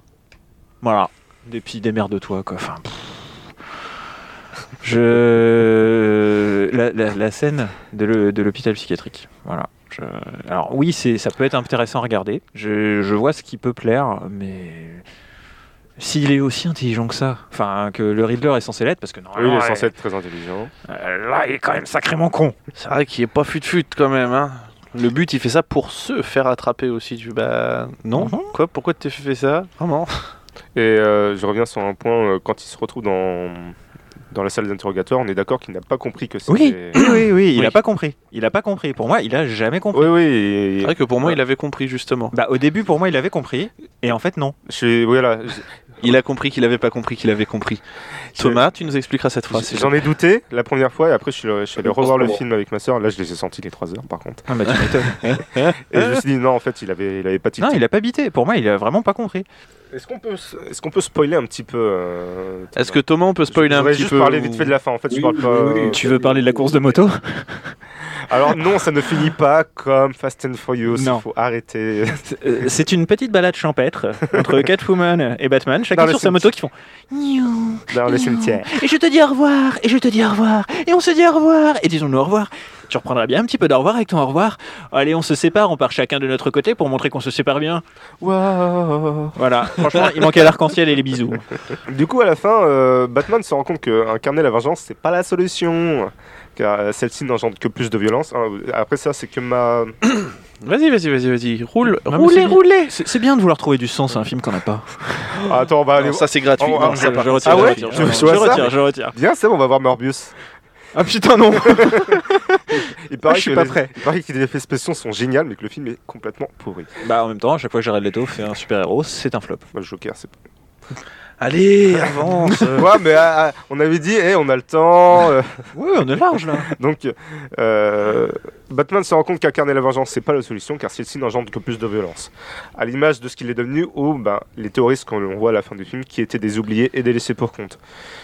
Speaker 6: Voilà. Et puis démerde-toi quoi. Enfin, pff. je la, la- la scène de le- de l'hôpital psychiatrique. Voilà. Je- Alors oui, c'est ça peut être intéressant à regarder. Je, je vois ce qui peut plaire, mais s'il est aussi intelligent que ça, enfin que le Riddler est censé l'être, parce que
Speaker 2: Ah Oui, il
Speaker 6: normalement,
Speaker 2: est censé être très intelligent.
Speaker 6: euh, là il est quand même sacrément con.
Speaker 3: C'est vrai qu'il est pas fut fut quand même. hein. Le but, il fait ça pour se faire attraper aussi. Tu bah non.
Speaker 6: Mhm.
Speaker 3: Quoi Pourquoi t'es fait ça Vraiment
Speaker 2: Et euh, je reviens sur un point, euh, quand il se retrouve dans, dans la salle d'interrogatoire, on est d'accord qu'il n'a pas compris que c'est...
Speaker 6: Oui, oui, oui, oui, il
Speaker 3: Oui.
Speaker 6: a pas compris. Il a pas compris. Pour moi, il a jamais compris.
Speaker 2: Oui, oui, et-
Speaker 3: C'est vrai que pour moi, il avait compris justement.
Speaker 6: Bah, au début, pour moi, il avait compris, et en fait, non.
Speaker 2: je suis- voilà, j-
Speaker 3: Il a compris qu'il avait pas compris qu'il avait compris. Thomas, tu nous expliqueras cette phrase.
Speaker 2: j'en ai douté la première fois, et après je suis, je suis allé
Speaker 1: Je pense
Speaker 2: revoir le
Speaker 1: pas, moi.
Speaker 2: film avec ma soeur, là je les ai sentis les 3 heures par contre.
Speaker 6: Ah, bah, tu m'étonnes.
Speaker 2: Et je
Speaker 3: Euh.
Speaker 2: me suis dit, non, en fait, il avait, il avait pas tilté.
Speaker 6: non, il a pas bité. Pour moi, il a vraiment pas compris.
Speaker 2: Est-ce qu'on peut, se- est-ce qu'on peut spoiler un petit peu euh,
Speaker 3: Est-ce que Thomas, on peut spoiler
Speaker 2: Je
Speaker 3: un
Speaker 2: voudrais
Speaker 3: petit
Speaker 2: juste
Speaker 3: peu
Speaker 2: parler
Speaker 3: ou-
Speaker 2: vite fait de la fin. En fait, je
Speaker 1: Oui,
Speaker 2: parle pas. euh,
Speaker 1: oui, oui.
Speaker 6: Tu veux parler de la course de moto
Speaker 2: Alors non, ça ne finit pas comme Fast and Furious.
Speaker 6: Non.
Speaker 2: Il faut arrêter.
Speaker 6: Euh, C'est une petite balade champêtre euh, entre Catwoman et Batman, chacun
Speaker 2: Dans le
Speaker 6: sur sa
Speaker 2: cimetière.
Speaker 6: moto qui font.
Speaker 2: dans le cimetière.
Speaker 6: Et je te dis au revoir, et je te dis au revoir, et on se dit au revoir, et disons-nous au revoir. Tu reprendras bien un petit peu d'au revoir avec ton au revoir. Allez, on se sépare, on part chacun de notre côté pour montrer qu'on se sépare bien.
Speaker 2: Wow.
Speaker 6: Voilà, franchement, il manquait l'arc-en-ciel et les bisous.
Speaker 2: Du coup, à la fin, euh, Batman se rend compte qu'incarner la vengeance, c'est pas la solution. Car euh, celle-ci n'engendre que plus de violence. Hein, Après ça, c'est que ma.
Speaker 3: Vas-y, vas-y, vas-y, vas-y. Roule,
Speaker 6: Non, mais
Speaker 3: roulez,
Speaker 6: c'est-
Speaker 3: roulez.
Speaker 6: C'est c'est bien de vouloir trouver du sens à un film qu'on n'a pas.
Speaker 2: Ah, attends, on va aller.
Speaker 3: Non, ça c'est gratuit.
Speaker 2: Oh,
Speaker 3: Non,
Speaker 2: ah,
Speaker 3: ça,
Speaker 2: je-
Speaker 3: par
Speaker 6: je
Speaker 3: contre,
Speaker 6: retire,
Speaker 2: Ah
Speaker 3: c'est
Speaker 2: ouais Tu-
Speaker 3: gratuit.
Speaker 6: je
Speaker 2: tu
Speaker 6: retire, je
Speaker 2: vois ça
Speaker 6: retire, je retire.
Speaker 2: Bien, c'est bon, on va voir Morbius.
Speaker 6: Ah putain non
Speaker 2: Il paraît
Speaker 6: Ah, je suis
Speaker 2: que
Speaker 6: pas
Speaker 2: les-
Speaker 6: prêt.
Speaker 2: Il paraît que les effets spéciaux sont géniaux, mais que le film est complètement pourri.
Speaker 6: Bah en même temps, à chaque fois que Jared Leto fait un super-héros, c'est un flop.
Speaker 2: Bah, le Joker, c'est.
Speaker 3: Allez, avance.
Speaker 2: Ouais, mais ah, ah, on avait dit, eh, on a le temps. euh,
Speaker 6: Ouais, on est large là
Speaker 2: Donc, euh, Batman se rend compte qu'incarner la vengeance, c'est pas la solution, car celle-ci n'engendre que plus de violence. À l'image de ce qu'il est devenu, ou ben, les terroristes qu'on l'on voit à la fin du film, qui étaient des oubliés et des laissés pour compte.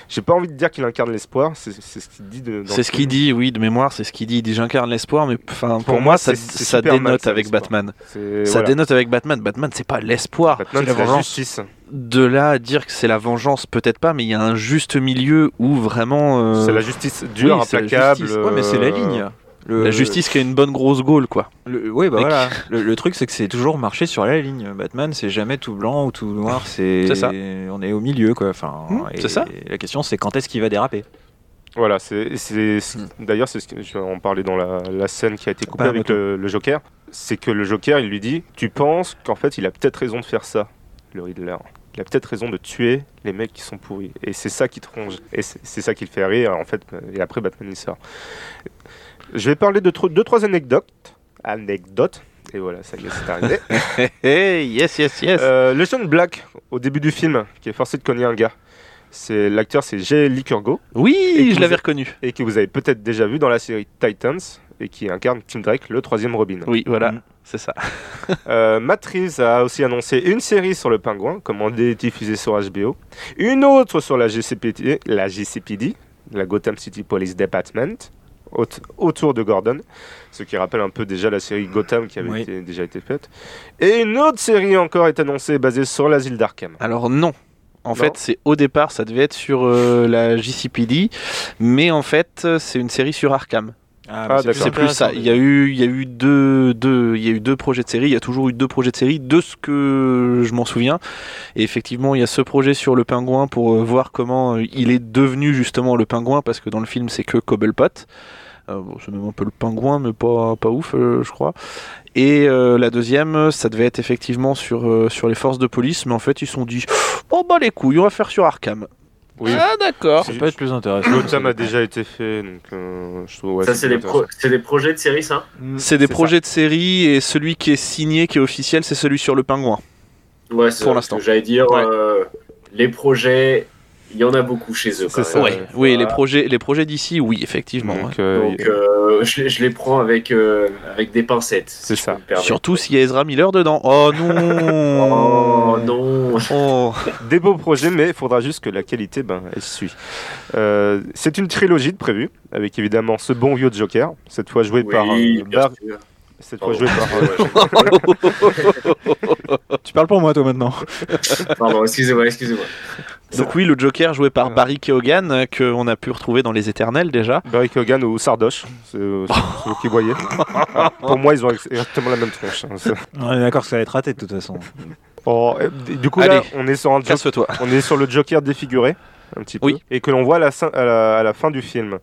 Speaker 2: J'ai pas envie de dire qu'il incarne l'espoir, c'est c'est ce qu'il dit. de- dans
Speaker 3: C'est
Speaker 2: le
Speaker 3: ce qu'il
Speaker 2: film.
Speaker 3: dit, oui, de mémoire, c'est ce qu'il dit. Il dit j'incarne l'espoir, mais enfin, pour,
Speaker 2: Pour
Speaker 3: moi,
Speaker 2: moi,
Speaker 3: ça,
Speaker 2: c'est- c'est
Speaker 3: ça
Speaker 2: Superman,
Speaker 3: dénote
Speaker 2: ça,
Speaker 3: avec
Speaker 2: l'espoir.
Speaker 3: Batman.
Speaker 2: C'est-
Speaker 3: Ça
Speaker 2: voilà.
Speaker 3: dénote avec Batman. Batman, c'est pas l'espoir.
Speaker 2: Batman,
Speaker 3: c'est la vengeance.
Speaker 2: justice.
Speaker 3: De là à dire que c'est la vengeance, peut-être pas, mais il y a un juste milieu où vraiment. euh,
Speaker 2: C'est la justice dure,
Speaker 3: oui, c'est la
Speaker 2: implacable.
Speaker 3: justice.
Speaker 6: Ouais, mais c'est la
Speaker 2: euh,
Speaker 6: ligne Le-
Speaker 3: la justice qui a une bonne grosse gaule, quoi.
Speaker 6: le, ouais, bah
Speaker 3: Mec.
Speaker 6: voilà. Le, le truc, c'est que c'est toujours marché sur la ligne. Batman, c'est jamais tout blanc ou tout noir. C'est
Speaker 3: C'est ça.
Speaker 6: On est au milieu, quoi. Enfin,
Speaker 3: Hmm,
Speaker 6: et-
Speaker 3: c'est ça.
Speaker 6: et La question, c'est quand est-ce qu'il va déraper
Speaker 2: Voilà, c'est c'est- c'est- d'ailleurs c'est ce que je vais en parler dans la, la scène qui a été coupée
Speaker 6: Bah,
Speaker 2: avec le, le Joker. C'est que le Joker, il lui dit, tu penses qu'en fait, il a peut-être raison de faire ça, le Riddler. Il a peut-être raison de tuer les mecs qui sont pourris. Et c'est ça qui te ronge. Et c'est c'est ça qui le fait rire, en fait. Et après, Batman, il sort. Je vais parler de tro- deux, trois anecdotes. Anecdotes. Et voilà, ça y est, c'est arrivé.
Speaker 3: Hey, yes, yes, yes.
Speaker 2: Euh, le jeune Black, au début du film, qui est forcé de cogner un gars. C'est l'acteur, c'est Jay Licurgo.
Speaker 3: Oui,
Speaker 2: Et que
Speaker 3: je l'avais
Speaker 2: vous-
Speaker 3: reconnu.
Speaker 2: Et que vous avez peut-être déjà vu dans la série Titans et qui incarne Tim Drake, le troisième Robin.
Speaker 3: Oui, voilà, c'est ça.
Speaker 2: Euh, Matt Reeves a aussi annoncé une série sur le pingouin, commandée et diffusée sur HBO, une autre sur la GCPD, la GCPD, la Gotham City Police Department, aut- autour de Gordon, ce qui rappelle un peu déjà la série Gotham qui avait
Speaker 3: Oui.
Speaker 2: été- déjà été faite. Et une autre série encore est annoncée basée sur l'asile d'Arkham.
Speaker 3: Alors non. En
Speaker 2: Non.
Speaker 3: fait, c'est au départ, ça devait être sur euh, la JCPD, mais en fait, euh, c'est une série sur Arkham.
Speaker 2: Ah, bah, c'est
Speaker 3: C'est plus ça. Il y a eu, il y a eu deux, deux, il y a eu deux projets de série. Il y a toujours eu deux projets de série, de ce que je m'en souviens. Et effectivement, il y a ce projet sur le pingouin pour euh, voir comment euh, il est devenu justement le pingouin, parce que dans le film, c'est que Cobblepot. Euh, bon, c'est même un peu le pingouin, mais pas, pas ouf, euh, je crois. Et euh, la deuxième, euh, ça devait être effectivement sur, euh, sur les forces de police, mais en fait, ils se sont dit Bon, bah les couilles, on va faire sur Arkham.
Speaker 2: Oui.
Speaker 3: Ah, d'accord.
Speaker 6: Ça peut être plus intéressant.
Speaker 2: Gotham a déjà été fait, donc euh, je trouve. ouais,
Speaker 1: ça, c'est
Speaker 2: plus
Speaker 1: des, pro-
Speaker 2: intéressant.
Speaker 1: c'est des projets de série, ça
Speaker 3: C'est des
Speaker 2: ça.
Speaker 3: projets de série, et celui qui est signé, qui est officiel, c'est celui sur le pingouin.
Speaker 1: Ouais, c'est ça,
Speaker 3: Pour l'instant.
Speaker 1: parce que J'allais dire,
Speaker 3: Ouais.
Speaker 1: euh, les projets, il y en a beaucoup chez eux.
Speaker 2: C'est
Speaker 1: quand
Speaker 2: ça.
Speaker 1: même.
Speaker 2: Ouais.
Speaker 3: Oui, les
Speaker 1: euh, Voilà.
Speaker 3: projets, les projets d'ici, oui, effectivement.
Speaker 2: Donc, euh,
Speaker 1: Donc, euh, je, les- je les prends avec, euh, avec des pincettes. si
Speaker 2: C'est
Speaker 1: je
Speaker 2: ça.
Speaker 1: peux me permettre.
Speaker 3: Surtout s'il y a Ezra Miller dedans. Oh non
Speaker 1: Oh non
Speaker 3: Oh.
Speaker 2: Des beaux projets, mais il faudra juste que la qualité, ben, elle suit. Euh, c'est une trilogie de prévu, avec évidemment ce bon vieux Joker, cette fois joué par
Speaker 1: Oui,
Speaker 2: euh,
Speaker 1: bien
Speaker 2: Bar-
Speaker 1: sûr.
Speaker 2: cette fois
Speaker 1: Pardon.
Speaker 2: joué par euh,
Speaker 6: Tu parles pour moi, toi, maintenant.
Speaker 1: Pardon, excusez-moi, excusez-moi.
Speaker 3: Donc oui, le Joker joué par Barry Keoghan, euh, qu'on a pu retrouver dans Les Éternels déjà.
Speaker 2: Barry Keoghan ou Sardoche, c'est euh, c'est vous qui voyez. Ah, pour moi, ils ont ex- exactement la même tronche. hein, ça.
Speaker 6: On est d'accord que ça va être raté, de toute façon.
Speaker 2: Oh, et d- du coup, là,
Speaker 3: Allez,
Speaker 2: on est, sur un Joker-
Speaker 3: Casse-toi.
Speaker 2: on est sur le Joker défiguré, un petit peu,
Speaker 3: Oui.
Speaker 2: et que l'on voit à la, cin- à la- à la fin du film.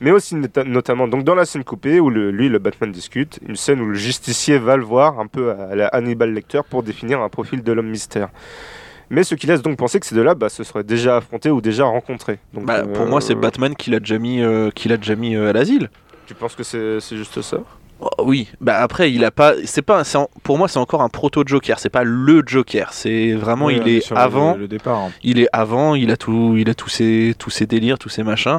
Speaker 2: Mais aussi nota- notamment donc dans la scène coupée où le- lui et le Batman discute, une scène où le justicier va le voir un peu à la Hannibal Lecter pour définir un profil de l'homme mystère. Mais ce qui laisse donc penser que ces deux-là bah, se seraient déjà affrontés ou déjà rencontrés. Donc,
Speaker 3: Bah,
Speaker 2: euh,
Speaker 3: pour moi, c'est Batman qui l'a déjà mis, euh, qui l'a déjà mis euh, à l'asile.
Speaker 2: Tu penses que c'est c'est juste ça
Speaker 3: Oh, oui. Bah après, il a pas. C'est pas. un- c'est en- pour moi, c'est encore un proto Joker. C'est pas le Joker. C'est vraiment, il est
Speaker 6: Sur le-
Speaker 3: avant.
Speaker 6: Le, départ. hein.
Speaker 3: Il est avant. Il a tout. Il a tous ses tous ses délires, tous ses machins.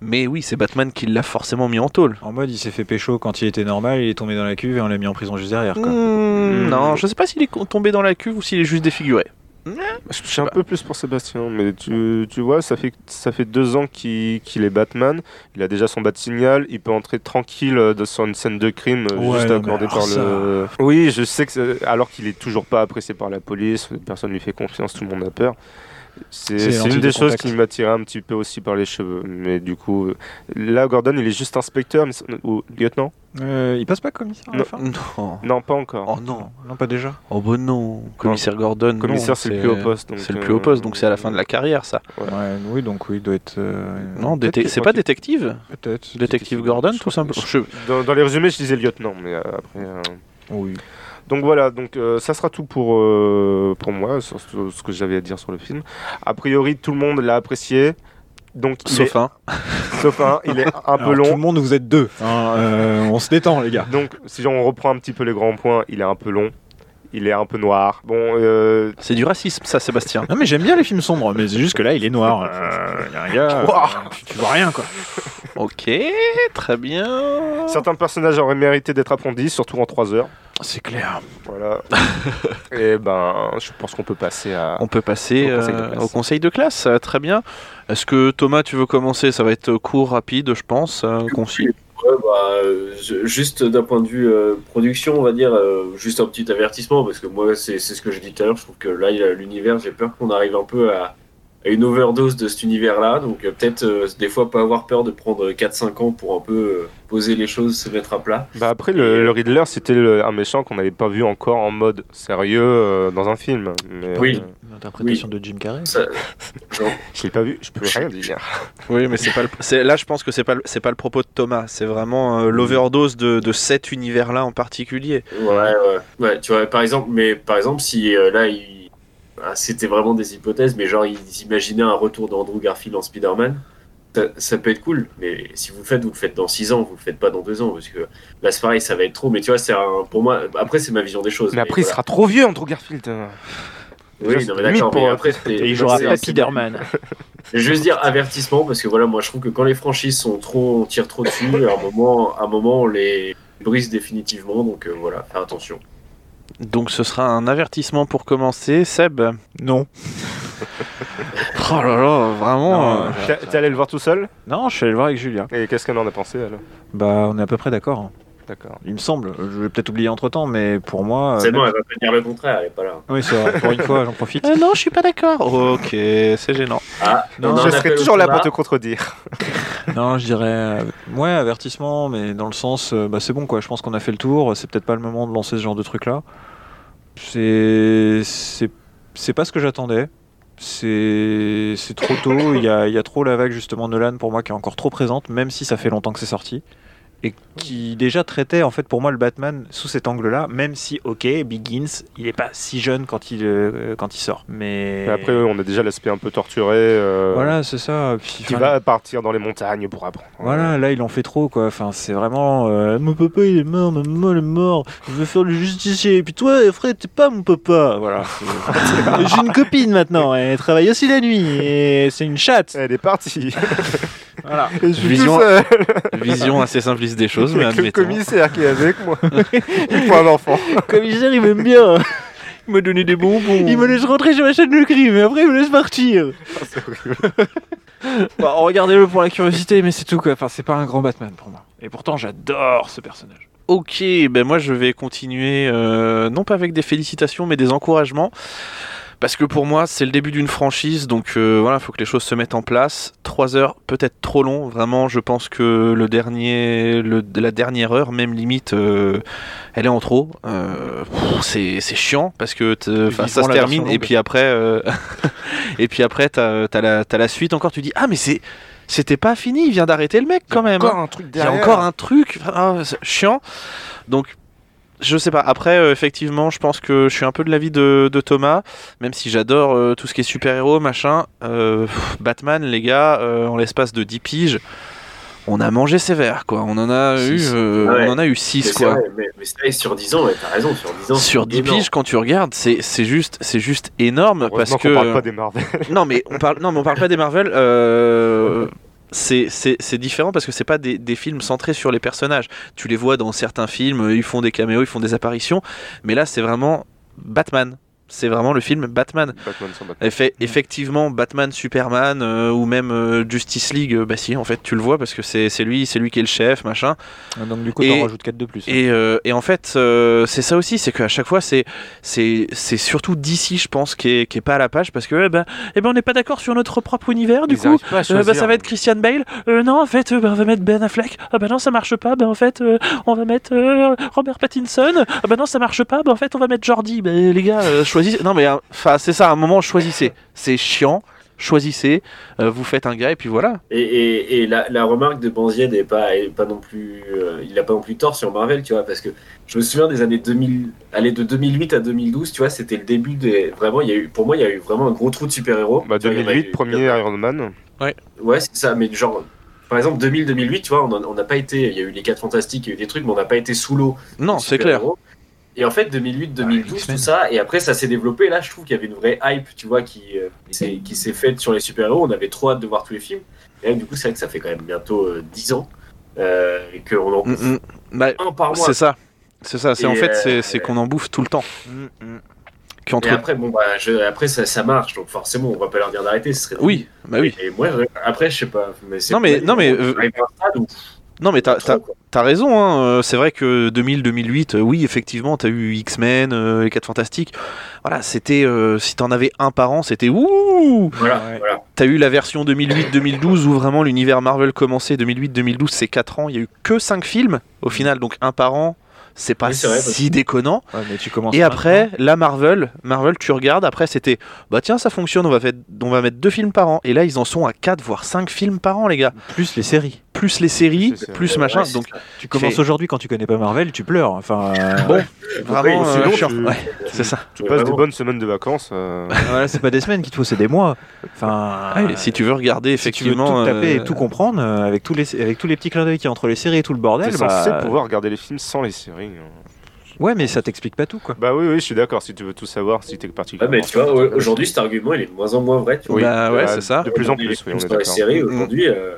Speaker 3: Mais oui, c'est Batman qui l'a forcément mis en tôle.
Speaker 6: En mode, il s'est fait pécho quand il était normal, il est tombé dans la cuve et on l'a mis en prison juste derrière. Quoi.
Speaker 3: Hmm, non, je sais pas s'il est con- tombé dans la cuve ou s'il est juste défiguré.
Speaker 2: Je suis
Speaker 3: Bah.
Speaker 2: un peu plus pour Sébastien, mais tu, tu vois, ça fait, ça fait deux ans qu'il qu'il est Batman. Il a déjà son bat signal. Il peut entrer tranquille euh, de- sur une scène de crime euh,
Speaker 6: Ouais,
Speaker 2: juste
Speaker 6: non,
Speaker 2: accordée
Speaker 6: mais
Speaker 2: par le. Oui, je sais que c'est- alors qu'il est toujours pas apprécié par la police, personne lui fait confiance, tout le monde a peur. C'est
Speaker 6: C'est
Speaker 2: c'est
Speaker 6: l'anti
Speaker 2: une
Speaker 6: de
Speaker 2: des choses
Speaker 6: contact.
Speaker 2: qui m'a tiré un petit peu aussi par les cheveux. Mais du coup, euh, là, Gordon, il est juste inspecteur mais c'est- ou lieutenant
Speaker 6: Euh, il passe pas commissaire à
Speaker 2: Non.
Speaker 6: la fin
Speaker 3: Non.
Speaker 2: Non, pas encore.
Speaker 3: Oh non.
Speaker 6: Non, pas déjà.
Speaker 3: Oh bah non. Commissaire Gordon. Oh, non,
Speaker 2: Commissaire, c'est le plus haut poste. donc,
Speaker 3: C'est le
Speaker 2: euh,
Speaker 3: plus haut poste, donc c'est à la fin de la carrière, ça.
Speaker 2: Ouais.
Speaker 6: Ouais, oui, donc oui, il doit être. euh,
Speaker 3: Non,
Speaker 6: peut-être
Speaker 3: déte-
Speaker 6: qu'il-
Speaker 3: c'est pas détective
Speaker 6: Peut-être.
Speaker 3: Détective Gordon, tout simplement. Je-
Speaker 2: Dans, dans les résumés, je disais lieutenant, mais euh, après. euh,
Speaker 6: Oui.
Speaker 2: Donc voilà, donc euh, ça sera tout pour, euh, pour moi, sur ce, ce que j'avais à dire sur le film. A priori, tout le monde l'a apprécié. Donc, il
Speaker 3: Sauf un.
Speaker 2: est- sauf un, il est un
Speaker 6: Alors,
Speaker 2: peu
Speaker 6: Tout
Speaker 2: long.
Speaker 6: le monde, vous êtes deux. hein, euh, on se détend, les gars.
Speaker 2: Donc, si on reprend un petit peu les grands points, il est un peu long, il est un peu noir. Bon, euh,
Speaker 3: C'est du racisme, ça, Sébastien.
Speaker 6: Non, mais j'aime bien les films sombres, mais c'est juste que là, il est noir. Euh, y a un gars. euh, tu, tu vois rien, quoi.
Speaker 3: ok, très bien.
Speaker 2: certains personnages auraient mérité d'être apprendis, surtout en 3 heures.
Speaker 6: C'est clair.
Speaker 2: Voilà. Et ben, je pense qu'on peut passer à.
Speaker 3: On peut passer
Speaker 2: Au conseil de
Speaker 3: euh,
Speaker 2: classe.
Speaker 3: au conseil de classe, euh, très bien. Est-ce que Thomas, tu veux commencer Ça va être euh, court, rapide, je pense, euh, concis.
Speaker 1: Ouais, bah, euh, je- juste d'un point de vue euh, production, on va dire, euh, juste un petit avertissement, parce que moi, c'est c'est ce que j'ai dit tout à l'heure, je trouve que là, il y a l'univers, j'ai peur qu'on arrive un peu à, à une overdose de cet univers-là, donc euh, peut-être euh, des fois pas avoir peur de prendre 4-5 ans pour un peu euh, poser les choses, se mettre à plat.
Speaker 2: Bah après, le, le Riddler, c'était le- un méchant qu'on n'avait pas vu encore en mode sérieux euh, dans un film. Mais,
Speaker 1: Oui.
Speaker 2: euh,
Speaker 6: L'interprétation de Jim Carrey.
Speaker 1: Ça- genre,
Speaker 2: je l'ai pas vu, je peux rien dire.
Speaker 3: Oui, mais c'est pas le- c'est- là, je pense que c'est pas le- c'est pas le propos de Thomas. C'est vraiment euh, l'overdose de, de cet univers-là en particulier.
Speaker 1: Ouais, ouais. Ouais, tu vois, par exemple, mais par exemple, si euh, là, il- ah, c'était vraiment des hypothèses, mais genre, ils imaginaient un retour d'Andrew Garfield en Spider-Man, ça, ça peut être cool, mais si vous le faites, vous le faites dans 6 ans, vous le faites pas dans 2 ans, parce que là, c'est pareil, ça va être trop, mais tu vois, c'est un- pour moi, après, c'est ma vision des choses.
Speaker 2: Mais après, il
Speaker 1: voilà.
Speaker 2: sera trop vieux, Andrew Garfield. Euh,
Speaker 1: Oui,
Speaker 2: déjà,
Speaker 1: non, mais
Speaker 2: limite
Speaker 1: d'accord,
Speaker 2: pour-
Speaker 1: mais après, c'est-
Speaker 6: Et il jouera
Speaker 1: c'est-
Speaker 6: pas
Speaker 1: c'est-
Speaker 6: Spider-Man.
Speaker 1: Je vais juste dire avertissement parce que voilà, moi je trouve que quand les franchises sont trop, on tire trop dessus, à un moment, à un moment on les brise définitivement, donc euh, voilà, faire attention.
Speaker 3: Donc ce sera un avertissement pour commencer, Seb.
Speaker 6: Non.
Speaker 3: Oh là là, vraiment.
Speaker 6: Non,
Speaker 3: euh,
Speaker 2: Ah. T'es t'es allé le voir tout seul
Speaker 6: Non, je suis allé le voir avec Julia.
Speaker 2: Et qu'est-ce qu'elle en a pensé alors
Speaker 6: Bah, on est à peu près d'accord. hein.
Speaker 2: D'accord.
Speaker 6: Il me semble. Je vais peut-être oublier entre temps, mais pour
Speaker 3: Ah,
Speaker 6: moi. euh,
Speaker 1: C'est bon, elle va pas dire le contraire, elle est pas là.
Speaker 6: Oui, c'est vrai. Pour une fois, j'en profite.
Speaker 3: Ah non, je suis pas d'accord. Ok, c'est gênant.
Speaker 1: Ah, on
Speaker 6: Non,
Speaker 1: a
Speaker 2: je
Speaker 1: un
Speaker 2: serai
Speaker 1: appel au
Speaker 2: toujours là pour te
Speaker 1: combat.
Speaker 2: contredire.
Speaker 6: Non, je dirais. euh, ouais, avertissement, mais dans le sens. euh, bah, c'est bon, quoi. Je pense qu'on a fait le tour. C'est peut-être pas le moment de lancer ce genre de truc-là. C'est. C'est c'est pas ce que j'attendais. C'est c'est trop tôt. Il y a, il y a trop la vague, justement, Nolan, pour moi, qui est encore trop présente, même si ça fait longtemps que c'est sorti. Et qui déjà traitait, en fait, pour moi, le Batman sous cet angle-là, même si, ok, Begins, il est pas si jeune quand il, euh, quand il sort. Mais.
Speaker 2: Mais Après, euh, on a déjà l'aspect un peu torturé. euh,
Speaker 6: Voilà, c'est ça. Puis,
Speaker 2: Qui
Speaker 6: enfin,
Speaker 2: va partir dans les montagnes pour apprendre.
Speaker 6: Voilà, là, il en fait trop, quoi. Enfin, c'est vraiment. euh, mon papa, il est mort, ma maman, elle est morte. Je veux faire le justicier. Et puis toi, Fred, t'es pas mon papa. Voilà. c'est- J'ai une copine maintenant. Elle travaille aussi la nuit. Et c'est une chatte.
Speaker 2: Elle est partie.
Speaker 6: Voilà.
Speaker 2: Et je suis
Speaker 3: Vision-
Speaker 2: tout seul.
Speaker 3: Vision assez simpliste des choses, mais
Speaker 2: Avec le
Speaker 3: admettons.
Speaker 2: commissaire qui est avec moi. Il prend un enfant.
Speaker 6: Commissaire, il m'aime bien.
Speaker 3: Il m'a donné des bonbons.
Speaker 6: Il me laisse rentrer sur la chaîne de crime. Et après, il me laisse partir. Bon, oh, Regardez-le pour la curiosité, mais c'est tout, quoi. Enfin, c'est pas un grand Batman pour moi. Et pourtant, j'adore ce personnage.
Speaker 3: Ok, ben moi je vais continuer, euh, non pas avec des félicitations, mais des encouragements. Parce que pour moi, c'est le début d'une franchise, donc euh, voilà, faut que les choses se mettent en place. Trois heures, peut-être trop long. Vraiment, je pense que le dernier, le- la dernière heure, même limite, euh, elle est en trop. Euh, pff, c'est c'est chiant parce que te- enfin, ça
Speaker 6: Vivement
Speaker 3: se termine
Speaker 6: la version
Speaker 3: et
Speaker 6: longue.
Speaker 3: puis après, euh, et puis après, t'as t'as la, t'as la suite encore. Tu dis ah mais c'est c'était pas fini, il vient d'arrêter le mec quand même. hein.
Speaker 2: un truc
Speaker 3: Il y a encore un truc ah, c'est chiant. Donc, je sais pas. Après, euh, effectivement, je pense que je suis un peu de l'avis de, de Thomas, même si j'adore euh, tout ce qui est super-héros, machin. Euh, pff, Batman, les gars, euh, en l'espace de 10 piges, on a mangé sévère, quoi. On en a
Speaker 1: Six.
Speaker 3: eu, euh,
Speaker 1: Ouais.
Speaker 3: on en a eu
Speaker 1: Mais
Speaker 3: 6,
Speaker 1: c'est
Speaker 3: quoi
Speaker 1: vrai, mais, mais c'est vrai, sur 10 ans, ouais, t'as raison, sur 10 ans.
Speaker 3: sur
Speaker 1: c'est
Speaker 3: 10
Speaker 1: énorme.
Speaker 3: piges quand tu regardes c'est c'est juste c'est juste énorme parce
Speaker 2: Heureusement qu'on
Speaker 3: que
Speaker 2: parle pas des Marvel.
Speaker 3: non mais on parle non mais on parle pas des Marvel euh, c'est- c'est c'est différent parce que c'est pas des, des films centrés sur les personnages tu les vois dans certains films euh, ils font des caméos ils font des apparitions mais là c'est vraiment Batman c'est vraiment le film Batman
Speaker 2: Batman sans Batman.
Speaker 3: Effe- effectivement, Batman, Superman euh, ou même euh, Justice League, euh, bah si, en fait, tu le vois parce que c'est c'est lui, c'est lui qui est le chef, machin.
Speaker 6: Ah, Donc, du coup,
Speaker 3: Et-
Speaker 6: t'en rajoutes 4 de plus.
Speaker 3: Et, euh, et en fait, euh, c'est ça aussi, c'est qu'à chaque fois, c'est c'est c'est surtout d'ici, je pense, qui est, qui est pas à la page parce que eh ben, eh ben, on n'est pas d'accord sur notre propre univers, du
Speaker 2: Ils
Speaker 3: coup.
Speaker 2: arrivent pas à
Speaker 3: euh, bah,
Speaker 2: choisir.
Speaker 3: ça va être Christian Bale. Euh, non, en fait, euh, bah, on va mettre Ben Affleck. Ah bah non, ça marche pas. Bah en fait, euh, on va mettre euh, Robert Pattinson. Ah bah non, ça marche pas. Bah en fait, on va mettre Jordi. Bah, les gars, euh, choisissez. Non mais enfin, c'est ça. À un moment, choisissez. C'est chiant. Choisissez. Euh, vous faites un gars et puis voilà.
Speaker 1: Et, et- et la, la remarque de Banzied n'est pas, est pas non plus, euh, il n'a pas non plus tort sur Marvel, tu vois, parce que je me souviens des années 2000, allez, de 2008 à 2012, tu vois, c'était le début des, vraiment, il y a eu, pour moi, il y a eu vraiment un gros trou de super-héros.
Speaker 2: Bah,
Speaker 1: Tu vois, il y en a
Speaker 2: 2008,
Speaker 1: eu-
Speaker 2: premier Iron Man.
Speaker 1: Ouais, c'est ça, mais genre, par exemple, 2000-2008, tu vois, on en- on n'a pas été, il y a eu les 4 fantastiques, il y a eu des trucs, mais on n'a pas été sous l'eau.
Speaker 3: Non,
Speaker 1: des
Speaker 3: c'est clair.
Speaker 1: super-héros. Et en fait, 2008-2012,
Speaker 6: Ah,
Speaker 1: tout
Speaker 6: X-Men.
Speaker 1: ça, et après, ça s'est développé. Là, je trouve qu'il y avait une vraie hype, tu vois, qui, euh, qui s'est- qui s'est faite sur les super-héros. On avait trop hâte de voir tous les films. Et là, du coup, c'est vrai que ça fait quand même bientôt euh, 10 ans euh, et qu'on en bouffe
Speaker 3: Mm, mm. Bah,
Speaker 1: un par mois.
Speaker 3: C'est ça. C'est ça. C'est en
Speaker 1: Et, euh,
Speaker 3: fait,
Speaker 1: Mm,
Speaker 3: c'est- c'est qu'on en bouffe tout le temps.
Speaker 1: Et
Speaker 3: Qu'entre
Speaker 1: après, bon, bah, je- après ça, ça marche, donc forcément, on va pas leur dire d'arrêter. Ce serait...
Speaker 3: oui, bah oui.
Speaker 1: Et moi, je- après, je sais pas. Mais c'est-
Speaker 3: Non, mais- non, mais, euh,
Speaker 1: Arrive un stade où-
Speaker 3: Non, mais t'as
Speaker 1: trop,
Speaker 3: t'as-
Speaker 1: quoi.
Speaker 3: t'as raison. hein. Euh, C'est vrai que 2000-2008, euh, oui, effectivement, t'as eu X-Men, euh, les 4 Fantastiques. Voilà, c'était. euh, si t'en avais un par an, c'était ouh.
Speaker 1: Voilà,
Speaker 6: Ouais.
Speaker 1: voilà.
Speaker 3: T'as eu la version 2008-2012 où vraiment l'univers Marvel commençait. 2008-2012, c'est 4 ans. Il y a eu que 5 films au final, donc un par an. C'est pas
Speaker 1: Oui, c'est vrai, parce
Speaker 3: si déconnant.
Speaker 6: Ouais, mais tu commences
Speaker 3: Et après, la Marvel, Marvel, tu regardes, après c'était, bah tiens, ça fonctionne, on va, fait- on va mettre deux films par an. Et là, ils en sont à 4, voire 5 films par an, les gars.
Speaker 6: plus les séries.
Speaker 3: Plus les séries,
Speaker 2: Plus les séries.
Speaker 3: plus machin.
Speaker 1: Ouais, c'est
Speaker 3: donc,
Speaker 1: ça.
Speaker 6: Tu commences
Speaker 3: Fait-
Speaker 6: aujourd'hui quand tu connais pas Marvel, tu pleures. Enfin, euh,
Speaker 3: Bon.
Speaker 1: Après,
Speaker 3: vraiment,
Speaker 1: c'est
Speaker 3: euh,
Speaker 1: long,
Speaker 3: chiant.
Speaker 2: tu-
Speaker 3: Ouais, c'est ça.
Speaker 2: Tu
Speaker 1: Ouais,
Speaker 2: passes des
Speaker 1: vraiment.
Speaker 2: bonnes semaines de vacances. euh,
Speaker 6: voilà, c'est pas des semaines qu'il te faut, c'est des mois. Enfin,
Speaker 3: Ouais, si tu veux regarder,
Speaker 6: Ah, si tu veux
Speaker 3: effectivement.
Speaker 6: tout taper
Speaker 3: euh,
Speaker 6: et tout comprendre euh, avec tous les avec tous les petits clins d'œil qu'il y a entre les séries et tout le
Speaker 2: T'es
Speaker 6: bordel, bah,
Speaker 2: censé pouvoir regarder les films sans les séries. hein.
Speaker 6: Ouais, mais ça t'explique pas tout, quoi.
Speaker 2: Bah oui, oui, je suis d'accord. Si tu veux tout savoir, si t'es
Speaker 1: Ouais,
Speaker 2: particulièrement.
Speaker 1: mais tu vois, au- aujourd'hui, cet argument, il est de moins en moins vrai. Tu vois.
Speaker 2: Oui,
Speaker 6: Bah ouais,
Speaker 2: euh,
Speaker 6: c'est ça.
Speaker 2: De plus
Speaker 1: Dans
Speaker 2: en
Speaker 1: les-
Speaker 2: plus, oui, on est
Speaker 1: Dans les
Speaker 2: d'accord.
Speaker 1: séries, aujourd'hui, euh,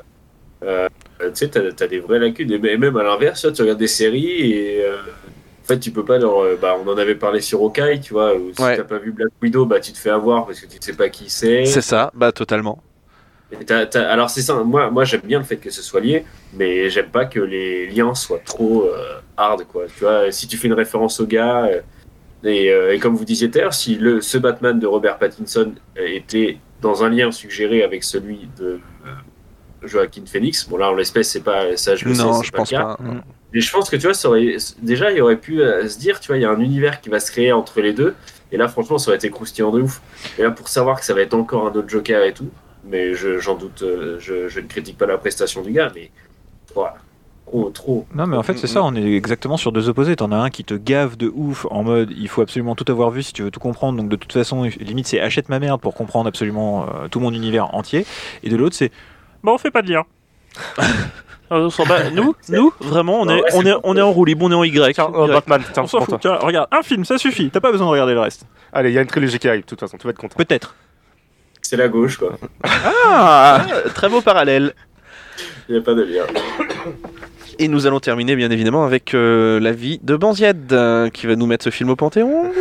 Speaker 1: euh, tu sais, t'as t'as des vraies lacunes. Et même à l'inverse, tu vois, tu regardes des séries et. euh, en fait, tu peux pas leur. euh, bah, on en avait parlé sur Hawkeye, tu vois. Où si
Speaker 3: Ouais.
Speaker 1: t'as pas vu Black Widow, bah, tu te fais avoir parce que tu ne sais pas qui c'est.
Speaker 3: C'est ça, bah totalement.
Speaker 1: Et t'as- t'as- alors, c'est ça. hein. Moi, moi j'aime bien le fait que ce soit lié, mais j'aime pas que les liens soient trop euh, hard, quoi. Tu vois, si tu fais une référence au gars, euh, et, euh, et comme vous disiez tout à l'heure, si le, ce Batman de Robert Pattinson euh, était dans un lien suggéré avec celui de euh, Joaquin Phoenix, bon, là, en l'espèce, c'est pas ça, je le sais,
Speaker 3: non,
Speaker 1: c'est
Speaker 3: je
Speaker 1: pas
Speaker 3: pense
Speaker 1: le cas.
Speaker 3: pas. non.
Speaker 1: Mais je pense que tu vois, ça aurait- déjà, il aurait pu euh, se dire, tu vois, il y a un univers qui va se créer entre les deux. Et là, franchement, ça aurait été croustillant de ouf. Et là, pour savoir que ça va être encore un autre Joker et tout, mais je- j'en doute, euh, je, je ne critique pas la prestation du gars, mais voilà. trop, trop.
Speaker 6: Non, mais en fait, c'est ça, on est exactement sur deux opposés. T'en as un qui te gave de ouf en mode il faut absolument tout avoir vu si tu veux tout comprendre. Donc, de toute façon, limite, c'est achète ma merde pour comprendre absolument euh, tout mon univers entier. Et de l'autre, c'est
Speaker 11: Bon, on fait pas de lien. Euh, on s'en bat. Nous, nous, vraiment, on
Speaker 6: Non,
Speaker 11: est,
Speaker 6: ouais,
Speaker 11: on
Speaker 6: c'est
Speaker 11: est, on est en roue libre, on est en Y. direct.
Speaker 2: euh, Batman, tiens, oh, bah,
Speaker 11: on s'en
Speaker 2: prends-toi.
Speaker 11: fout. Tiens, regarde, un film, ça suffit. T'as pas besoin de regarder le reste.
Speaker 2: Allez, il y a une trilogie qui arrive, de toute façon, tu vas être content.
Speaker 6: Peut-être.
Speaker 1: C'est la gauche, quoi.
Speaker 3: Ah, très beau parallèle.
Speaker 1: Il n'y a pas de lien.
Speaker 3: Et nous allons terminer bien évidemment avec euh, l'avis de Banziad euh, qui va nous mettre ce film au Panthéon.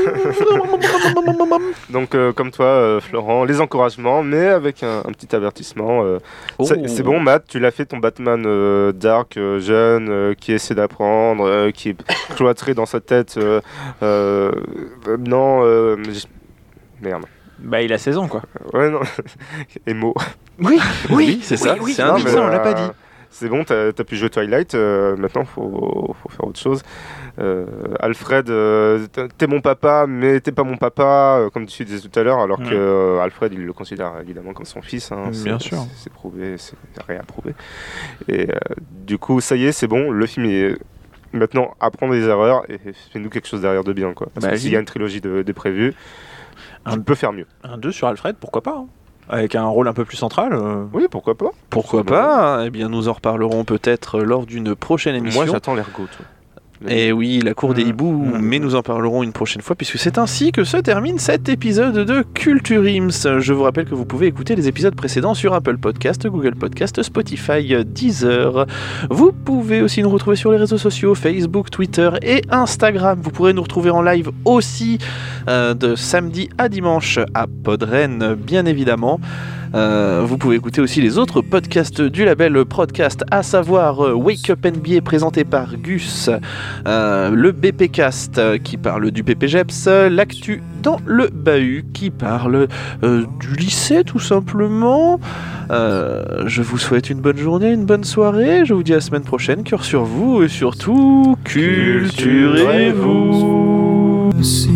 Speaker 2: Donc, euh, comme toi, euh, Florent, les encouragements, mais avec un, un petit avertissement. euh,
Speaker 3: Oh.
Speaker 2: c'est c'est bon, Matt, tu l'as fait ton Batman euh, dark, euh, jeune, euh, qui essaie d'apprendre, euh, qui est cloîtré dans sa tête. euh, euh, euh, non, euh, j- merde.
Speaker 6: bah, il a 16 ans, quoi.
Speaker 2: Ouais, non. Et mots.
Speaker 6: Oui,
Speaker 3: Oh. oui, c'est ça, c'est un
Speaker 2: Non,
Speaker 3: des
Speaker 2: mais,
Speaker 3: ça, on l'a pas
Speaker 2: euh,
Speaker 3: dit.
Speaker 2: C'est bon, t'as as pu jouer Twilight, euh, maintenant faut, faut faire autre chose. Euh, Alfred, euh, t'es mon papa, mais t'es pas mon papa, euh, comme tu disais tout à l'heure, alors
Speaker 6: Ouais.
Speaker 2: que euh, Alfred, il le considère évidemment comme son fils. hein,
Speaker 6: Mm,
Speaker 2: c'est-
Speaker 6: bien sûr.
Speaker 2: C'est c'est prouvé, c'est réapprouvé. Et euh, du coup, ça y est, c'est bon, le film est. Maintenant, apprends des erreurs et fais-nous quelque chose derrière de bien. Quoi. Parce
Speaker 6: Bah,
Speaker 2: que
Speaker 6: vas-y.
Speaker 2: s'il y a une trilogie de, de prévus, tu peux faire mieux.
Speaker 6: Un 2 sur Alfred, pourquoi pas hein. Avec un rôle un peu plus central. euh,
Speaker 2: Oui, pourquoi pas
Speaker 3: Pourquoi pas Eh bien, nous en reparlerons peut-être euh, lors d'une prochaine émission.
Speaker 2: Moi, j'attends l'ergot. toi.
Speaker 3: Et Eh oui, la cour des hiboux, mais nous en parlerons une prochaine fois puisque c'est ainsi que se termine cet épisode de Culture Ims. Je vous rappelle que vous pouvez écouter les épisodes précédents sur Apple Podcast, Google Podcast, Spotify, Deezer. Vous pouvez aussi nous retrouver sur les réseaux sociaux Facebook, Twitter et Instagram. Vous pourrez nous retrouver en live aussi euh, de samedi à dimanche à Podren, bien évidemment. Euh, vous pouvez écouter aussi les autres podcasts du label Podcast, à savoir euh, Wake Up NBA présenté par Gus, euh, le BPcast euh, qui parle du PPGEPS, euh, l'actu dans le bahut qui parle euh, du lycée tout simplement. Euh, je vous souhaite une bonne journée, une bonne soirée. Je vous dis à la semaine prochaine. Cœur sur vous et surtout, culturez-vous.
Speaker 12: Si
Speaker 6: Mm. Mm.